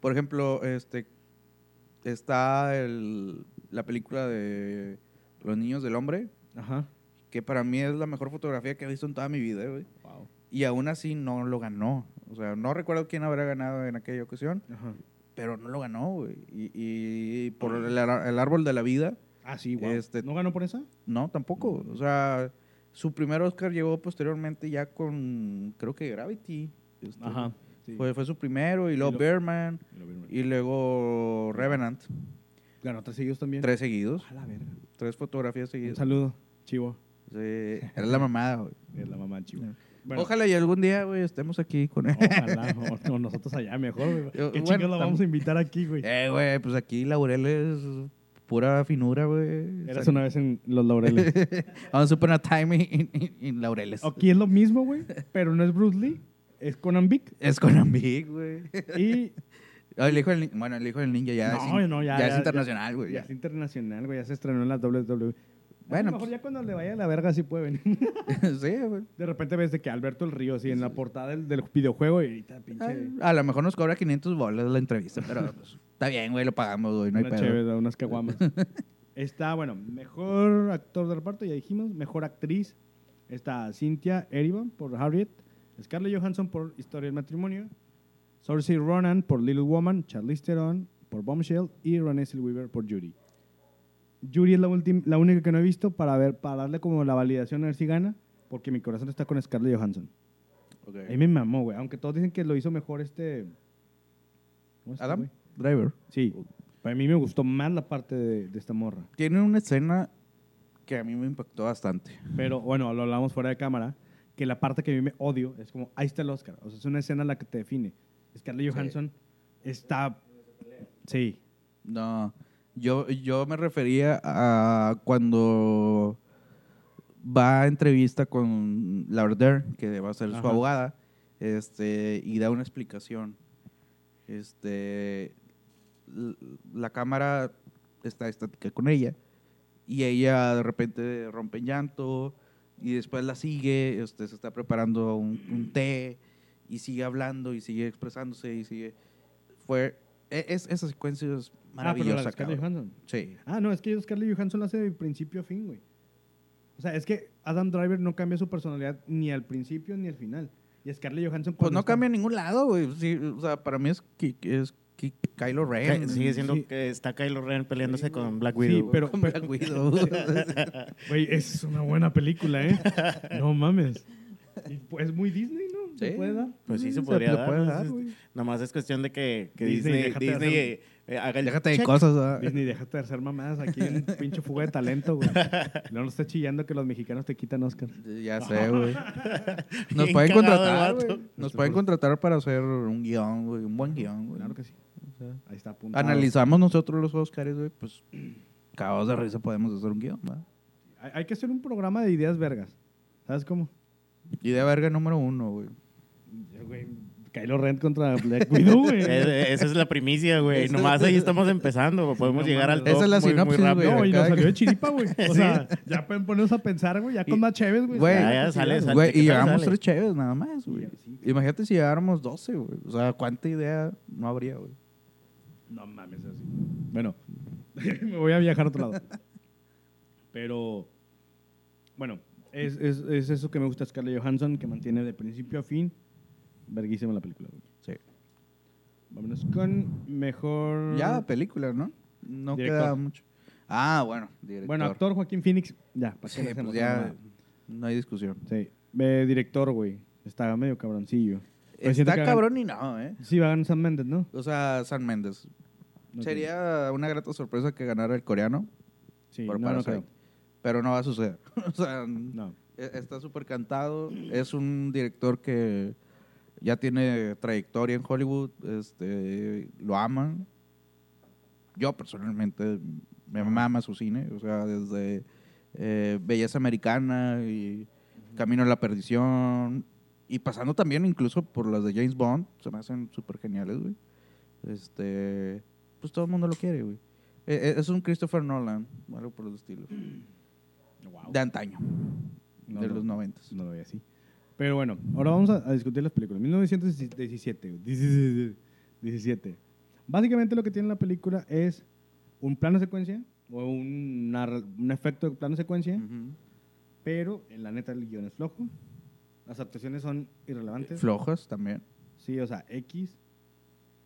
B: Por ejemplo, este está el- la película de Los niños del hombre,
A: Ajá.
B: que para mí es la mejor fotografía que he visto en toda mi vida, güey. Y aún así no lo ganó. O sea, no recuerdo quién habrá ganado en aquella ocasión,
A: Ajá.
B: pero no lo ganó, güey. Y, y por el, ar- el árbol de la vida,
A: Ah, sí, wow.
B: Este-
A: ¿No ganó por esa?
B: no, tampoco. O sea, su primer Oscar llegó posteriormente ya con, creo que Gravity. este,
A: Sí.
B: Fue, fue su primero, y luego
A: lo-
B: Birdman, y luego Revenant.
A: ganó tres seguidos también.
B: Tres seguidos,
A: A la verga.
B: tres fotografías
A: Un
B: seguidas.
A: saludo, chivo.
B: Sí, era la mamada, güey.
A: Es la mamá chivo.
B: Ya.
A: Bueno,
B: Ojalá y algún día, güey, estemos aquí con él.
A: Ojalá, o- o nosotros allá mejor.
B: Yo-
A: güey. ¿Qué
B: bueno,
A: chingados lo vamos
B: tam-
A: a invitar aquí, güey?
B: Eh, güey, pues aquí Laurel es pura finura, güey.
A: Eras una vez en Los Laureles.
B: Vamos a poner time in, in- in Laureles.
A: Aquí es lo mismo, güey, pero no es Bruce Lee, es Conan Big.
B: Es con Ambig, güey.
A: Y
B: Ah, El hijo del, ni- bueno, el hijo del ninja ya,
A: No,
B: es, in-
A: no, ya,
B: es
A: ya,
B: internacional, güey.
A: ya
B: Pues ya.
A: es internacional, güey, ya se estrenó en la WWE.
B: Bueno,
A: Bueno, mejor
B: pues-
A: ya cuando le vaya a la verga sí puede venir.
B: sí, güey.
A: De repente ves de que Alberto el Río, así en la portada del, del videojuego y ahorita pinche...
B: Ah, A lo mejor nos cobra 500 bolas la entrevista, pero pues, está bien, güey, lo pagamos, güey, no hay
A: una
B: pedo.
A: chévere, unas caguamas. Está, bueno, mejor actor de reparto, ya dijimos. Mejor actriz está Cynthia Erivo por Harriet, Scarlett Johansson por Historia del Matrimonio, Saoirse Ronan por Little Woman, Charlize Theron por Bombshell y Renée Zellweger por Judy. Judy es la, ultim- la única que no he visto para, ver, para darle como la validación a ver si gana, porque mi corazón está con Scarlett Johansson.
B: Ok.
A: Ahí me mamó, güey. Aunque todos dicen que lo hizo mejor este... ¿cómo se llama,
B: Adam
A: este güey?
B: Driver.
A: Sí. Para mí me gustó más la parte de, de esta morra.
B: Tiene una escena que a mí me impactó bastante.
A: Pero bueno, lo hablamos fuera de cámara, que la parte que a mí me odio es como, ahí está el Oscar. O sea, es una escena la que te define. Scarlett Johansson está...
B: Ah,
A: Sí. Ah,
B: No, yo, yo me refería a cuando va a entrevista con Laura Dern, que va a ser su
A: Ajá.
B: abogada, este, y da una explicación. Este, l- la cámara está estática con ella y ella de repente rompe en llanto y después la sigue, este, se está preparando un, un té y sigue hablando y sigue expresándose y sigue... Fue... e- Es, esa secuencia es
A: Ah, pero la de
B: maravillosa.
A: Scarlett
B: cabrón.
A: Johansson.
B: sí.
A: Ah, no, es que Scarlett Johansson la hace de principio a fin, güey. O sea, es que Adam Driver no cambia su personalidad ni al principio ni al final. Y Scarlett Johansson...
B: Pues
A: cuando
B: no
A: está-
B: cambia en ningún lado, güey. Sí, o sea, para mí es, Ki- es Ki- Kylo Ren.
C: Sigue siendo
A: sí.
C: que está Kylo Ren peleándose con Black
A: Sí,
C: Widow. güey.
A: pero...
B: Black Widow.
A: Güey, es una buena película, ¿eh? No mames. Y, pues, es muy Disney, ¿no? ¿Se
B: Sí.
A: puede dar?
C: Pues sí, se
B: Se
C: podría
B: le
C: dar.
B: puede
C: ¿no?
B: dar,
C: Es- este,
A: güey.
C: Nomás es cuestión de que, que
A: Disney,
C: Disney,
A: déjate
C: Disney,
A: de hacer-
C: eh, eh, haga el
B: Déjate de
C: check.
B: cosas. ¿verdad?
A: Disney, déjate de hacer mamadas aquí en pinche fuga de talento, güey. No nos está chillando que los mexicanos te quitan Oscar.
B: Ya sé, güey. Nos
C: Bien
B: pueden
C: cagado el
B: contratar,
C: vato.
B: güey. Nos pueden contratar para hacer un guión, güey. Un buen guión, güey.
A: Claro que sí. Ahí está apuntado.
B: Analizamos nosotros los Oscars, güey. Pues, cagados de risa podemos hacer un guión, ¿verdad?
A: Hay hay que hacer un programa de ideas vergas. ¿Sabes cómo?
B: Idea verga número uno, güey.
A: Kylo Ren contra Black Widow, güey.
C: Es- esa es la primicia, güey. Nomás ahí estamos empezando. Podemos
A: No
C: llegar al
A: mames.
C: top
B: Esa es la
C: muy, muy
B: sinopsis,
C: rápido.
B: güey.
A: No, y nos
B: acá-
A: salió de chiripa, güey. O sea, ya pueden ponernos a pensar, güey. Ya con
B: Y-
A: más chéves, güey.
B: Güey,
A: Ya,
C: ya
A: ya
C: sale,
A: chillamos.
C: sale.
B: Güey,
C: ¿qué
B: y
C: tal
B: llevamos
C: sale?
B: tres chéves nada más, güey.
A: Sí.
B: Imagínate si lleváramos 12, güey. O sea, ¿cuánta idea no habría, güey?
A: No mames, así. Bueno, me voy a viajar a otro lado. Pero, bueno, es, es- es eso que me gusta de Scarlett Johansson, que mantiene de principio a fin. Verguísima la película. güey.
B: Sí.
A: Vámonos con mejor.
B: Ya, película, ¿no? No
A: Director.
B: queda mucho. Ah, bueno, director.
A: Bueno, actor Joaquín Phoenix. Ya, ¿para
B: Sí,
A: qué le
B: pues
A: hacemos
B: ya
A: nada?
B: no hay discusión.
A: Sí. Eh, director, güey. Está medio cabroncillo. Pero siento
B: Está
A: que-
B: cabrón y no, ¿eh?
A: Sí, va a ganar Sam Mendes, ¿no?
B: O sea, San Méndez.
A: No
B: Sería una grata sorpresa que ganara el coreano,
A: Sí,
B: por
A: no, no
B: Parasite.
A: creo.
B: pero no va a suceder. o sea, n-
A: No.
B: e- está súper cantado. Es un director que ya tiene trayectoria en Hollywood. Este, lo aman. Yo personalmente me mama su cine. O sea, desde eh, Belleza Americana y Camino a la Perdición. Y pasando también incluso por las de James Bond, se me hacen súper geniales, güey. Este, pues todo el mundo lo quiere, güey. Eh, eh, es un Christopher Nolan, algo por el estilo.
A: Wow.
B: De antaño,
A: No,
B: de
A: no.
B: los noventas.
A: No lo veía así. Pero bueno, ahora vamos a, a discutir las películas. 1917. güey. 17. 17. Básicamente lo que tiene la película es un plano secuencia o una re- un efecto de plano secuencia,
B: Ujú.
A: pero en la neta el guión es flojo. Las actuaciones son irrelevantes.
B: Flojas también.
A: Sí, o sea, X.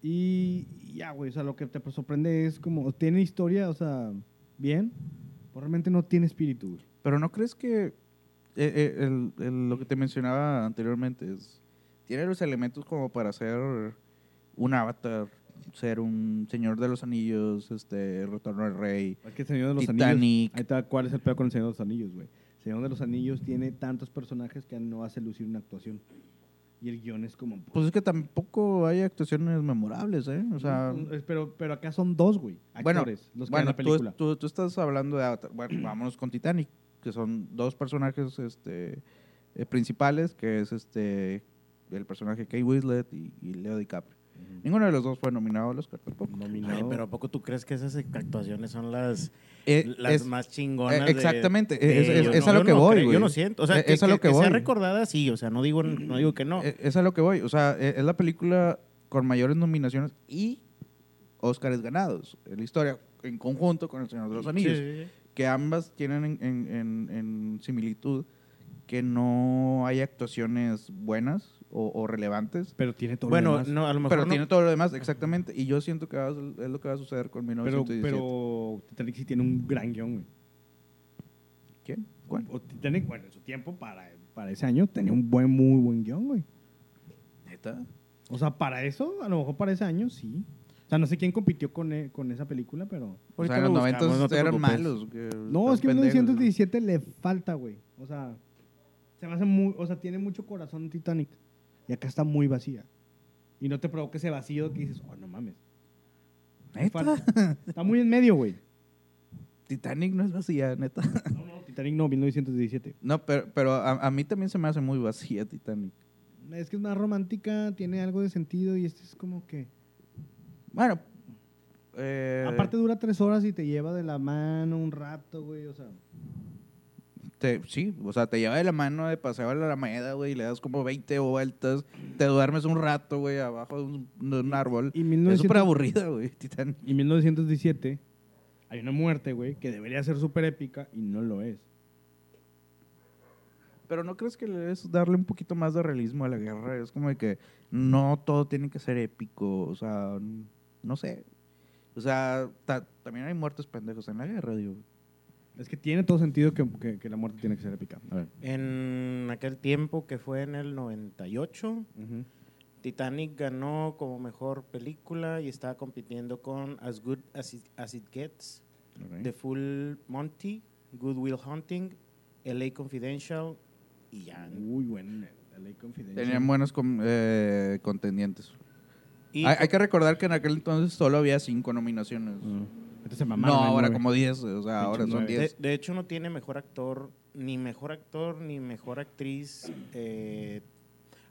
A: Y y ya, güey, o sea, lo que te sorprende es como, tiene historia, o sea, bien, pero realmente no tiene espíritu, güey.
B: Pero ¿no crees que eh, eh, el- el- lo que te mencionaba anteriormente es, tiene los elementos como para ser un avatar, ser un señor de los anillos, este, el retorno del rey?
A: Es que el Señor de los Anillos.
B: Titanic.
A: Ahí está, ¿cuál es el peor con el Señor de los Anillos, güey? El Señor de los Anillos tiene tantos personajes que no hace lucir una actuación. Y el guión es como.
B: Pues es que tampoco hay actuaciones memorables, ¿eh? O sea,
A: Mm, es- pero, pero acá son dos, güey.
B: bueno,
A: Actores, los que hay en
B: bueno
A: la
B: tú,
A: película.
B: tú- tú estás hablando de Avatar. Bueno, vámonos con Titanic, que son dos personajes este, eh, principales, que es este el personaje Kate Winslet y, y Leo DiCaprio. Ninguno de los dos fue nominado al Oscar tampoco.
A: Nominado.
C: Ay, pero ¿a poco tú crees que esas actuaciones son las,
B: Eh,
C: las
B: es-
C: más chingonas?
B: eh,
C: de-
B: exactamente,
C: de
B: es- es-
C: ellos?
B: es a
C: No,
B: lo
C: yo
B: que
C: no
B: voy,
C: creo,
B: güey.
C: Yo no siento. O sea,
B: Eh,
C: que,
B: es a lo
C: que-
B: que
C: que sea
B: voy.
C: recordada, sí. O sea, no digo, no digo que no.
B: eh, es a lo que voy. O sea, eh, es la película con mayores nominaciones y Oscars ganados. en La historia en conjunto con El Señor de los Anillos.
C: Sí, sí, sí.
B: que ambas tienen en, en- en- en similitud que no hay actuaciones buenas o, o relevantes.
A: Pero tiene todo lo
C: Bueno,
A: demás.
C: no, a lo mejor
B: Pero
C: no-
B: tiene todo lo demás, exactamente. Y yo siento que va a su- es lo que va a suceder con
A: pero,
B: 1917.
A: pero Titanic sí tiene un gran guión, güey.
B: ¿Quién? ¿Cuál?
A: O Titanic, bueno, en su tiempo, para, para ese año, tenía un buen, muy buen guión, güey.
B: ¿Neta?
A: O sea, para eso, a lo mejor para ese año, sí. O sea, no sé quién compitió con, eh, con esa película, pero.
B: O
C: Ahorita
B: sea, en
C: lo
B: los
C: buscamos,
B: 90
C: no te
B: eran
C: preocupes.
B: malos. que
A: No,
B: están
A: es que
B: pendejos,
A: 1917 le falta, güey. O sea, se me hace muy, o sea, tiene mucho corazón Titanic. Y acá está muy vacía. Y no te provoca ese vacío que dices, oh, no mames.
B: ¿no? ¿Neta?
A: Falta. Está muy en medio, güey.
B: Titanic no es vacía, neta.
A: No, no, Titanic no, 1917.
B: No, pero, pero a, a mí también se me hace muy vacía Titanic.
A: Es que es más romántica, tiene algo de sentido y este es como que...
B: Bueno. eh,
A: Aparte dura tres horas y te lleva de la mano un rato, güey, o sea...
B: Te- sí, o sea, te lleva de la mano de paseo a la Alameda, güey, y le das como 20 vueltas, te duermes un rato, güey, abajo de un, de un árbol.
A: Y
B: Es
A: 1900
B: súper aburrida, güey, Titanic.
A: Y 1917 hay una muerte, güey, que debería ser súper épica y no lo es.
B: Pero ¿no crees que le debes darle un poquito más de realismo a la guerra? Es como de que no todo tiene que ser épico, o sea, n- no sé. O sea, ta- también hay muertos pendejos en la guerra, digo.
A: Es que tiene todo sentido que, que- que la muerte tiene que ser épica. A ver.
C: En aquel tiempo que fue en el 98, Titanic ganó como mejor película y estaba compitiendo con As Good As It, As It Gets,
A: Ok.
C: The Full Monty, Good Will Hunting, LA Confidential y ya.
A: Uy, bueno, la ley confidencial.
B: Tenían buenos com- eh, contendientes.
C: Y
B: hay, hay que recordar que en aquel entonces solo había cinco nominaciones.
A: Ah. Entonces se
B: No,
A: mamaron. ahí,
B: ahora
A: güey.
B: como 10, o sea, ahora son
A: nueve.
B: 10.
C: de, de hecho no tiene mejor actor, ni mejor actor, ni mejor actriz. eh,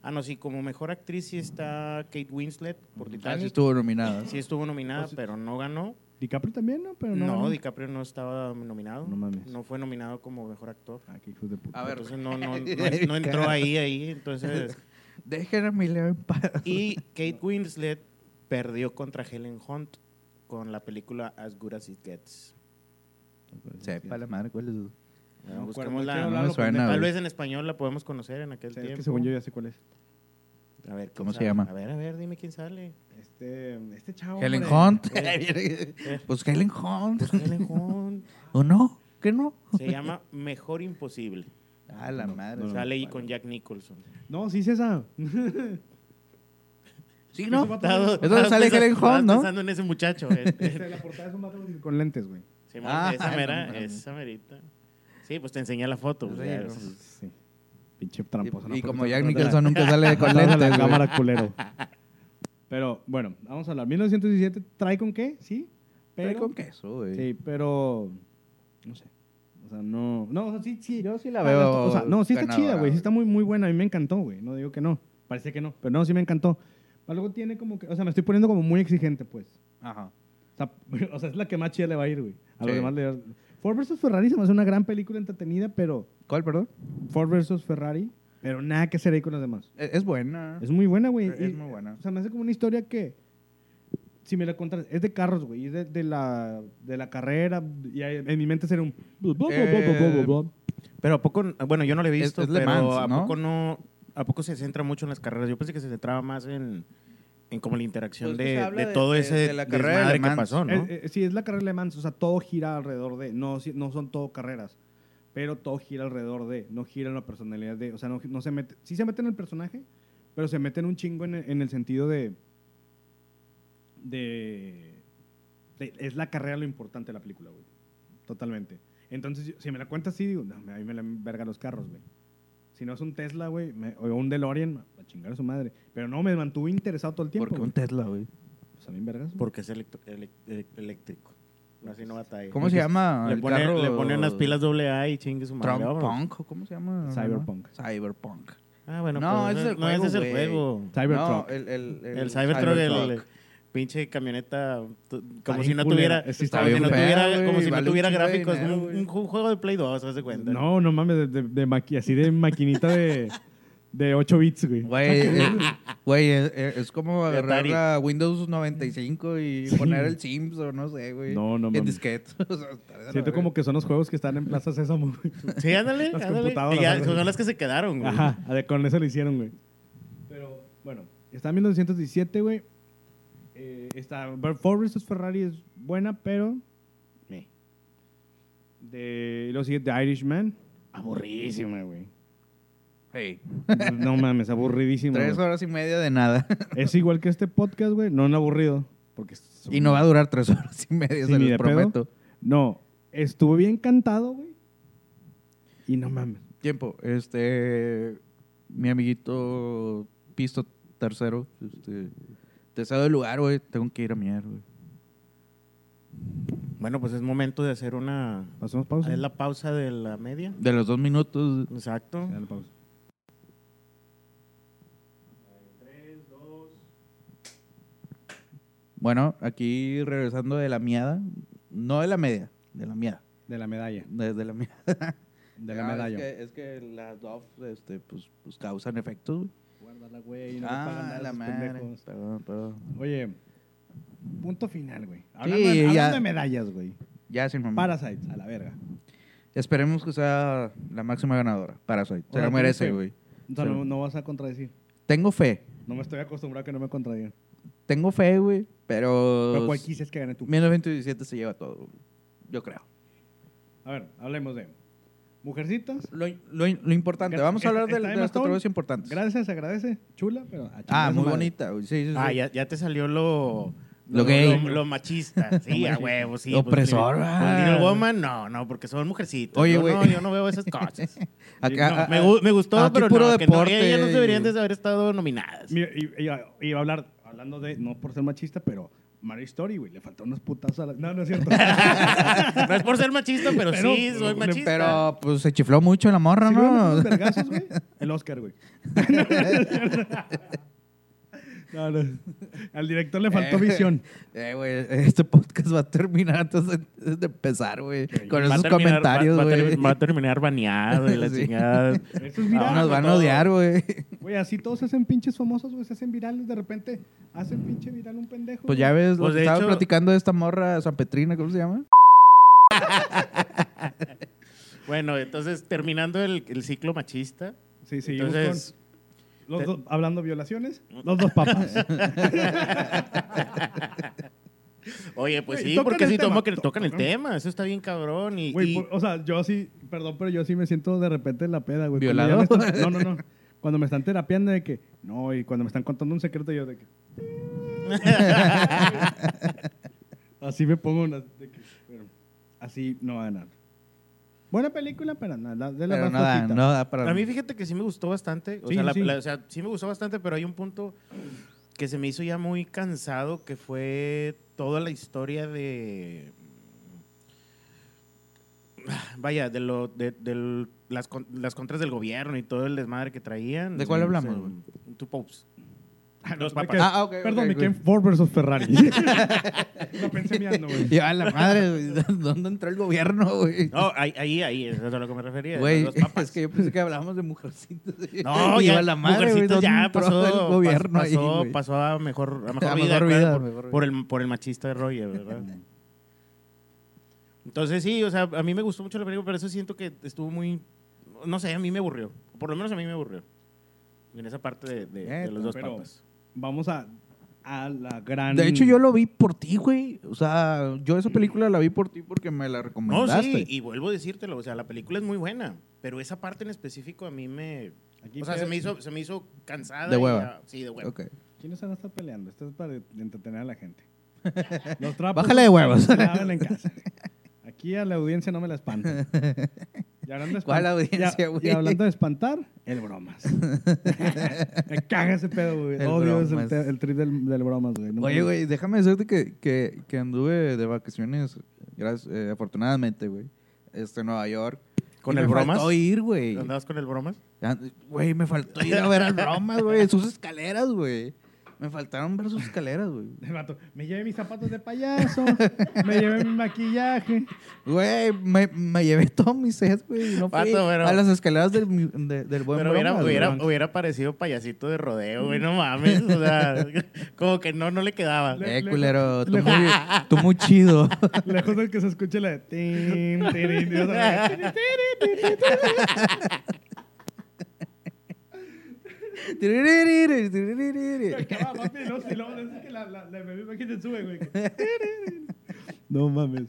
C: ah, no, sí, como mejor actriz sí está Kate Winslet por
B: Ah, sí
C: Titanic.
B: estuvo nominada.
C: Sí estuvo nominada,
A: Mm, Pues-
C: pero no ganó.
A: DiCaprio también, ¿no? Pero no.
C: No,
A: ganó.
C: DiCaprio no estaba nominado.
A: No mames.
C: No fue nominado como mejor actor.
A: Ah, qué hijos de puta.
B: A ver.
C: Entonces no, no, no- no entró ahí, ahí. Entonces.
B: Dejen a mi Leo en paz.
C: Y Kate Winslet perdió contra Helen Hunt con la película As Good As It Gets.
A: Pues,
B: Sepa la madre cuál es.
C: Bueno,
A: No,
C: busquemos
A: cuál-
C: la-
A: quiero hablarlo
B: no me
A: con-
B: suena,
C: Tal
B: güey.
C: vez en español la podemos conocer en aquel
A: o sea,
C: tiempo.
A: es que según yo ya sé cuál es.
C: A ver, ¿quién
B: ¿Cómo se
C: sale?
B: llama?
C: A ver, a ver, dime quién sale.
A: Este, este chavo.
B: Helen
A: hombre.
B: Hunt.
C: Eh.
B: pues Helen Hunt.
C: Pues Helen Hunt.
B: ¿O no? ¿Qué no?
C: Se llama Mejor Imposible.
B: Ah, la madre.
C: sale ahí con Jack Nicholson.
A: No, sí, César.
B: Sí, ¿no?
C: Estaba-
B: Es donde pues, sale
C: estaba
B: Helen
C: pensando-
B: Hunt, ¿no?
C: estaba pensando en ese muchacho. eh.
A: Este, la portada es un vato con lentes, güey.
C: Sí,
B: Ah,
C: esa mera,
B: no mames.
C: esa merita. Sí, pues te enseñé la foto. pues,
B: Sí,
C: ya,
B: no.
C: pues,
A: Sí. Pinche tramposo.
B: Y, y
A: pues, ¿no?
B: como
A: Porque
B: Jack
A: está atrás de la-
B: Nicholson nunca sale con
A: Atrás de la
B: lentes, güey.
A: cámara culero. Pero bueno, vamos a hablar. 1917 trae con qué, sí.
B: Trae
A: Pero
B: con queso, güey.
A: Sí, pero no sé. O sea, no. No, o sea, sí, sí.
B: Yo sí la
A: Ah,
B: veo.
A: no, o sea, no, sí está
B: ganadora,
A: chida, güey. Sí
B: güey.
A: está muy, muy buena. A mí me encantó, güey. No digo que no. Parecía que no. Pero no, sí me encantó. Algo tiene como que. O sea, me estoy poniendo como muy exigente, pues.
B: Ajá.
A: O sea, o sea, es la que más chida le va a ir, güey. A lo
B: Sí.
A: demás le Ford vs. Ferrari se me hace una gran película entretenida, pero.
B: ¿Cuál, perdón?
A: Ford vs. Ferrari, pero nada que hacer ahí con los demás.
B: Es, es buena.
A: Es muy buena, güey.
B: Es
A: y-
B: muy buena.
A: O sea, me hace como una historia que. Si me la contas, es de carros, güey. Es de, de la, de la carrera. Y ahí- en mi mente sería un.
B: Eh,
C: Pero a poco, bueno, yo no lo he
B: Es-
C: visto,
B: es Le
C: pero
B: Mans,
C: a
B: ¿no?
C: poco no, a poco se centra mucho en las carreras. Yo pensé que se centraba más en, en como la interacción
B: Pues que
C: de,
B: se habla
C: de
B: de-
C: todo
B: de-
C: ese
B: de la carrera de
C: desmadre
B: Le
C: que
B: Mans.
C: pasó, ¿no?
A: Eh, eh, sí, es la carrera de Mans. O sea, todo gira alrededor de. No, sí- no son todo carreras. Pero todo gira alrededor de. No gira en la personalidad de. O sea, no, no se mete. Sí se mete en el personaje, pero se meten un chingo en, el- en el sentido de. De. de- Es la carrera lo importante de la película, güey. Totalmente. Entonces, yo- si me la cuentas así, digo, no, a mí me la verga los carros, güey. Si no es un Tesla, güey, me- o un DeLorean, a chingar a su madre. Pero no, me mantuve interesado todo el tiempo.
B: Porque
A: güey.
B: un Tesla, güey.
A: Pues a mí, vergas. güey.
C: Porque es electro- elec- elec- eléctrico. Así no batalla.
B: ¿Cómo se llama?
C: Le
B: el
C: pone,
B: carro?
C: le pone unas pilas doble A y chingue su madre.
B: Trump
C: vámonos.
B: Punk, ¿o ¿cómo se llama?
A: Cyberpunk.
B: Cyberpunk.
C: Ah, bueno,
B: No,
C: pues,
B: ese es el
C: no,
B: juego,
C: ese es el
B: güey.
C: juego.
A: Cybertruck.
B: No, el, el,
C: El Cybertruck, el, el pinche camioneta, tu- como si
A: bien
C: no
A: culera.
C: tuviera,
A: Sí, está
C: como si
A: bien
C: no
B: fea,
C: tuviera,
B: güey,
C: como si no
B: vale un
C: tuviera
B: chingo de
C: gráficos,
B: dinero,
C: un,
B: güey.
C: un ju- juego de Play 2, haz de cuenta.
A: No, no mames, de, de- de maqui- así de maquinita de, de 8 bits, güey.
B: Güey, eh, güey, es, es- es como
C: De
B: agarrar
C: Atari.
B: la Windows 95 y
A: Sí.
B: poner el Sims o no sé, güey.
A: No, no
B: En
A: mames.
B: disquete. O sea, está de la
A: Siento
B: verga.
A: como que son los juegos que están en Plaza Sésamo, güey.
C: Sí, ándale,
A: Las
C: ándale.
A: computadoras,
C: Ya,
A: ándale.
C: son las que se quedaron, güey.
A: Ajá, a ver, con eso lo hicieron, güey. Pero, bueno, está en 1917, güey. Eh, está Ford vs. Ferrari es buena, pero
C: Sí.
A: de lo sigue The Irishman.
C: Aburrísima, güey.
B: Ey,
A: No mames, aburridísimo.
B: tres
A: güey.
B: horas y media de nada.
A: Es igual que este podcast, güey, no en aburrido, porque es-
B: Y no va a durar tres horas y media,
A: Sí,
B: se
A: ni
B: los
A: de pedo.
B: prometo.
A: No, estuve bien cantado, güey. Y no mames.
B: Tiempo. Este. Mi amiguito Pisto Tercero. Este, te cedo el lugar, güey. Tengo que ir a mirar, güey.
C: Bueno, pues es momento de hacer una...
A: Pasemos pausa.
C: Es la pausa de la media.
B: De los dos minutos.
C: Exacto.
A: Dale pausa.
B: Bueno, aquí regresando de la miada. No de la media, de la miada.
A: De la medalla.
B: Desde la miada.
A: De la
B: Ah,
A: medalla.
B: Es que, es que las dos este, pues, pues causan efectos, güey.
A: Guárdala, güey. no le pagan
B: ah,
A: nada a
B: la
A: esos
B: madre.
A: pendejos.
B: Perdón, perdón.
A: Oye, punto final, güey. Hablando,
B: Sí,
A: de, hablando
B: ya.
A: de medallas, güey.
B: Ya sin mamá.
A: Parasites, a la verga.
B: Esperemos que sea la máxima ganadora. Parasite.
A: O
B: Se
A: sea,
B: lo
A: ¿tú
B: merece,
A: crees que-
B: güey.
A: O sea,
B: Sí.
A: no, no vas a contradecir.
B: Tengo fe.
A: No me estoy acostumbrado a que no me contradigan.
B: Tengo fe, güey. Pero.
A: Pero cuál quisieras que gane tú.
B: 1917 se lleva todo, güey. Yo creo.
A: A ver, hablemos de mujercitas.
B: Lo, lo- lo importante.
A: Gra-
B: Vamos a
A: esta-
B: hablar de,
A: esta
B: de
A: Emma
B: las
A: Stone,
B: categorías importantes.
A: Gracias, agradece. Chula, pero. a chingar
B: Ah,
A: su
B: muy
A: madre.
B: bonita, güey. Sí, sí, sí.
C: Ah, ya, ya te salió lo...
B: Lo gay.
C: Lo, lo machista, sí, a huevo, sí.
B: Lo opresor,
C: Pues,
B: ah.
C: Little Woman, no, no, porque son mujercitas.
B: Oye,
C: Yo
B: güey.
C: No, yo no veo esas cosas.
B: Acá-
C: No,
B: a-
C: me, gu- me gustó,
B: aquí
C: pero
B: puro
C: no, que no,
B: deporte
C: ellas no
B: y-
C: deberían de haber estado nominadas.
A: Mira, y- iba, iba a hablar, hablando de, no por ser machista, pero Mary Story, güey, le faltaron unos putazos a la... No, no es cierto.
C: no es por ser machista, pero,
A: Pero-
C: sí, soy machista.
B: Pero pues se chifló mucho la morra,
A: Si no eran
B: ¿no?
A: unos vergazos, güey, el Oscar, güey. No, no. Al director le faltó
B: Eh,
A: visión.
B: Eh, güey, este podcast va a terminar antes de, antes de empezar, güey. Con
C: Va a
B: esos
C: terminar-
B: comentarios,
C: va- va a ter-
B: güey.
C: Va, a terminar baneado y la
B: Sí.
C: chingada.
A: Eso es
B: No,
A: viral.
B: nos van a
C: todo.
B: odiar, güey.
A: Güey, así todos se hacen pinches famosos, güey, se hacen virales. De repente hacen pinche viral un pendejo.
B: Pues ya ves, lo
C: Pues,
B: que
C: de
B: estaba
C: hecho-
B: platicando de esta morra San Petrina, ¿cómo se llama?
C: Bueno, entonces terminando el, el ciclo machista.
A: güey. Sí, sí.
C: entonces,
A: los
C: te-
A: dos, hablando violaciones, los dos papas.
C: oye, pues
A: Güey,
C: sí,
A: tocan
C: porque
A: el
C: sí
A: tema,
C: tomo que
A: to-
C: tocan el
A: tocan.
C: tema. Eso está bien cabrón. Y,
A: Güey,
C: y-
A: por- o sea, yo sí, perdón, pero yo sí me siento de repente en la peda, güey. Cuando
B: ¿Violado?
A: ya me están- no, no, no. Cuando me están terapiando de que, no, y cuando me están contando un secreto, yo de que. así me pongo una. de que, bueno, así no va a ganar. Buena película, pero nada, la- de la
B: Pero
A: más
B: no da,
A: flojita.
B: no da para...
C: a mí fíjate que sí me gustó bastante. O,
A: Sí,
C: sea, la-
A: sí.
C: la- o sea, sí me gustó bastante, pero hay un punto que se me hizo ya muy cansado, que fue toda la historia de... vaya, de, lo, de, del- las, con- las contras del gobierno y todo el desmadre que traían.
B: ¿De cuál
C: Sí,
B: hablamos,
C: sí, Two Popes. Los papas.
A: Ok.
B: Ah, ok. ok,
A: Perdón, me
B: ok.
A: quedé en Ford versus Ferrari. Lo pensé mirando, güey.
B: Y a la madre, güey, ¿dónde entró el gobierno, güey?
C: No, ahí, ahí, ahí, eso es a lo que me refería.
B: Güey,
C: los papas.
B: es que yo pensé que hablábamos de mujercitos. güey.
C: No,
B: Y
C: ya,
B: a la madre, güey,
C: Mujercitos
B: ¿dónde
C: ya
B: entró
C: pasó,
B: el gobierno
C: pas- pasó,
B: ahí, güey?
C: pasó a mejor, a mejor
B: A
C: vida,
B: mejor
C: claro,
B: vida,
C: por,
B: mejor
C: por el, por el machista de Roger, ¿verdad? Entonces sí, o sea, a mí me gustó mucho la película, pero eso siento que estuvo muy, no sé, a mí me aburrió, por lo menos a mí me aburrió. En esa parte de, de- de
B: Neta,
C: los dos
A: pero-
C: papas.
A: Vamos a, a la gran.
B: De hecho, yo lo vi por ti, güey. O sea, yo esa película la vi por ti porque me la
C: No,
B: recomendaste.
C: sí, y vuelvo a decírtelo, o sea, la película es muy buena, pero esa parte en específico a mí me,
A: Aquí
C: o sea,
A: Fer-
C: se me hizo, se me hizo cansada.
B: De
C: y
B: hueva.
C: ya- sí, de hueva.
B: Ok.
A: ¿Quiénes van a estar peleando? Esto es para entretener a la gente. Los trapos.
B: Bájale de huevos.
A: se lavan en casa. Aquí a la audiencia no me la espantan. Y hablando de
B: ¿Cuál
A: espan-
B: audiencia,
A: y a-
B: güey?
A: Y hablando de espantar, el bromas. me caga ese pedo, güey.
B: El
A: Odio ese- el,
B: bromas.
A: te- el trip del, del bromas, güey. No
B: Oye,
A: puedo-
B: güey, déjame decirte que, que, que anduve de vacaciones, gracias, eh, afortunadamente, güey, este, en Nueva York.
C: ¿Con
B: Y
C: el
B: me
C: bromas?
B: faltó ir, güey.
C: ¿Andabas con el bromas?
B: And- Güey, me faltó ir a ver al bromas, güey, sus escaleras, güey. Me faltaron ver sus escaleras, güey.
A: El vato, me llevé mis zapatos de payaso, me llevé mi maquillaje.
B: Güey, me, me llevé todo mi set, güey, y no fui
C: Pato, pero-
B: a las escaleras del, mi- de- del buen
C: Pero hubiera,
B: bromas,
C: hubiera,
B: güey.
C: hubiera parecido payasito de rodeo, güey, no mames. O sea, como que no, no le quedaba.
A: Le-
B: Eh, culero, tú
A: le-
B: muy, tú muy chido.
A: Lejos del que se escuche la de... tin, tirin, y otra vez. Acaba, papi, no, si luego es que la, la, la bebé aquí te sube, güey. No mames.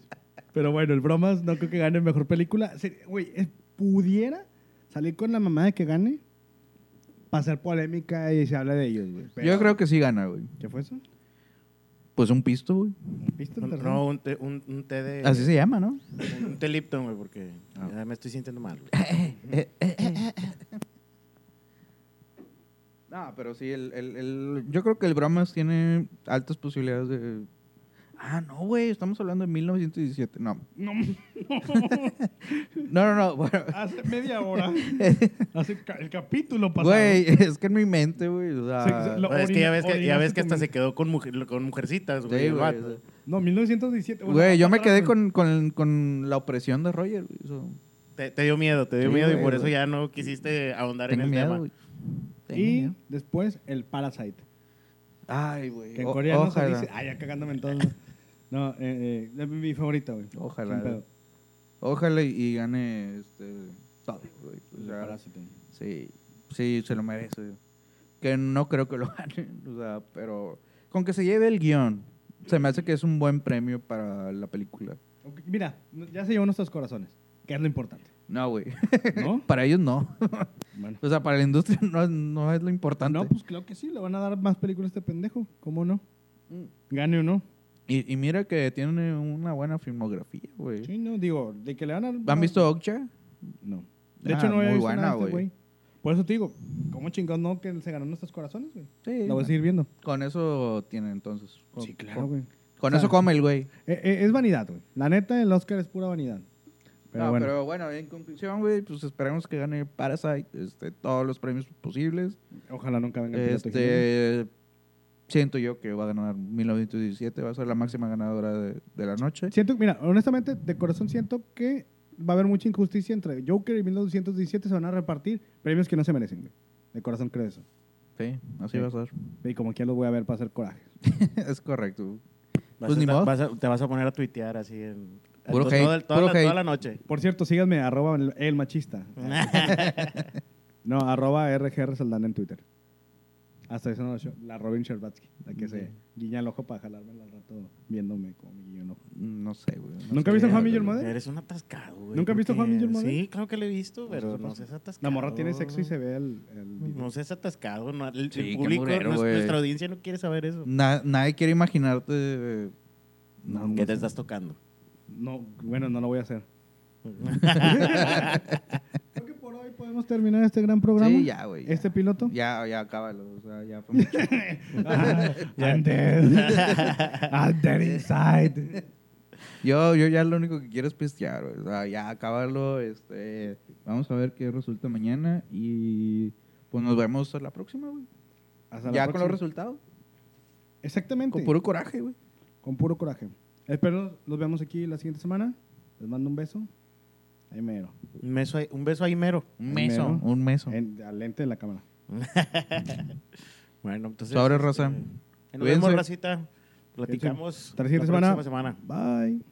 A: Pero bueno, el bromas no creo que gane mejor película. Sí, Güey, eh, pudiera salir con la mamá de que gane, pasar polémica y se habla de ellos, güey.
B: Yo creo que sí gana, güey.
A: ¿Qué fue eso?
B: Pues un pisto, güey.
A: ¿Viste el terreno?
C: No, un té, un, un té de.
B: Así se llama, ¿no?
C: Un té Lipton, güey, porque
B: Ah.
C: ya me estoy sintiendo mal. güey. Eh,
B: No, pero sí, el, el- el- yo creo que el Bromas tiene altas posibilidades de... Ah, no, güey, estamos hablando de 1917. No,
A: No.
B: no, no, no. Bueno,
A: Hace media hora. Hace ca- el capítulo pasado.
B: güey, es que en mi mente, güey, o sea...
A: Sí, sí, lo-
C: Oye, es que ya ves que, ya
A: orinaste
C: ves que
A: tu
C: hasta se
A: mente.
C: quedó con, mujer- con mujercitas,
B: sí,
C: güey. el
B: güey,
C: vato.
B: o sea,
A: No, 1917. bueno,
B: güey, yo me
A: vamos a
B: quedé
A: hablar,
B: con, con- con la opresión de Roger. güey, eso.
C: te, te dio miedo, te dio
B: Sí,
C: miedo y
B: güey,
C: por eso
B: güey.
C: ya no quisiste ahondar
B: Tengo
C: en el
B: miedo,
C: tema.
B: güey. Tengo
A: Y
B: miedo.
A: después el Parasite.
B: Ay, güey.
A: Que en
B: o-
A: coreano se
B: ojalá.
A: dice. Ay, ya cagándome en todo. No, eh, eh, es mi- mi favorita, güey.
B: Ojalá,
A: Sin pedo.
B: güey. Ojalá y- y gane este, todo, güey. O
A: El
B: sea,
A: Parásito.
B: sí, sí, se lo merece. Que no creo que lo gane, o sea, pero con que se lleve el guión, se me hace que es un buen premio para la película.
A: Ok, Mira, no- ya se llevó nuestros corazones, que es lo importante.
B: No, güey.
A: ¿No?
B: para ellos no.
A: Bueno.
B: O sea, para la industria no, es- no es lo importante.
A: No, pues claro que sí, le van a dar más películas a este pendejo. ¿Cómo no?
B: Mm.
A: Gane o no.
B: y, y mira que tiene una buena filmografía, güey.
A: Sí, no, digo, de que le van a dar.
B: ¿Han visto Okja?
A: No. De
B: Ah,
A: hecho, no
B: muy
A: he visto
B: buena,
A: nada de este
B: güey.
A: güey. Por eso te digo, ¿cómo chingados no que se ganó nuestros corazones, güey?
B: Sí.
A: Lo voy a seguir viendo.
B: Con eso tiene entonces. Con-
A: Sí, claro,
B: con-
A: güey.
B: Con
A: O sea,
B: eso come el güey.
A: Eh, eh, es vanidad, güey. La neta, el Oscar es pura vanidad. Pero
B: no,
A: bueno.
B: pero bueno, en conclusión, güey, pues esperemos que gane Parasite este, todos los premios posibles.
A: Ojalá nunca venga el piloto Jiménez.
B: Este, siento yo que va a ganar 1917, va a ser la máxima ganadora de, de la noche.
A: Siento, mira, honestamente, de corazón siento que va a haber mucha injusticia entre Joker y 1917. Se van a repartir premios que no se merecen, güey. De corazón creo eso.
B: Sí,
A: Sí.
B: así va a ser.
A: Y como que ya los voy a ver para hacer coraje.
B: es correcto.
C: Vas
B: Pues
C: a
B: ni
C: estar-
B: modo.
C: vas a- te vas a poner a tuitear así en.
B: Puro
C: to-
B: hate,
C: todo el- toda,
B: puro
C: la, toda
B: hate.
C: la noche.
A: Por cierto, síganme, arroba el, el machista. no, arroba RGR Saldana en Twitter. Hasta eso no lo yo- La Robin Sherbatsky, la que se
B: Ok.
A: guiña el ojo para jalármela al rato viéndome como me guiño el ojo.
B: No sé, güey. no
A: ¿Nunca
B: sé.
A: viste Family Mother?
C: Eres un atascado, güey.
A: ¿Nunca has visto
C: porque-
A: Juan Miller Model?
C: Sí, claro que lo he visto, pero
A: qué
C: no
A: pasa.
C: seas atascado.
A: La morra tiene sexo y se ve el... el video.
C: No seas atascado, no, el, el
B: Sí, qué
C: público,
B: murero,
C: nues-
B: güey.
C: nuestra audiencia no quiere saber eso.
B: Na- nadie quiere imaginarte. eh, no, no
C: ¿Qué te
B: sé.
C: estás tocando?
A: No, bueno, no lo voy a hacer. Creo que por hoy podemos terminar este gran programa.
B: Sí, ya, güey. ya.
A: Este piloto.
B: Ya, ya, acábalo. O sea, ya fue mucho.
A: Ah, I'm dead. I'm dead inside.
B: Yo, yo ya lo único que quiero es pistear, güey. O sea, ya acabarlo. Este, vamos a ver qué resulta mañana y pues nos vemos a la próxima, güey.
A: Hasta la
B: Ya con
A: próxima.
B: los resultados.
A: Exactamente.
B: Con puro coraje, güey.
A: Con puro coraje. Espero los veamos aquí la siguiente semana. Les mando un beso. Ahí mero.
C: Un beso, ahí- un beso ahí mero.
B: Un
A: meso,
B: meso, un meso.
A: En- al lente de la cámara.
C: Bueno, entonces.
B: Sobre,
C: este,
B: Rosa.
C: ahí Nos
B: Cuídense.
C: vemos, Rosita. Platicamos
A: Hasta la siguiente semana.
C: próxima semana.
A: Bye.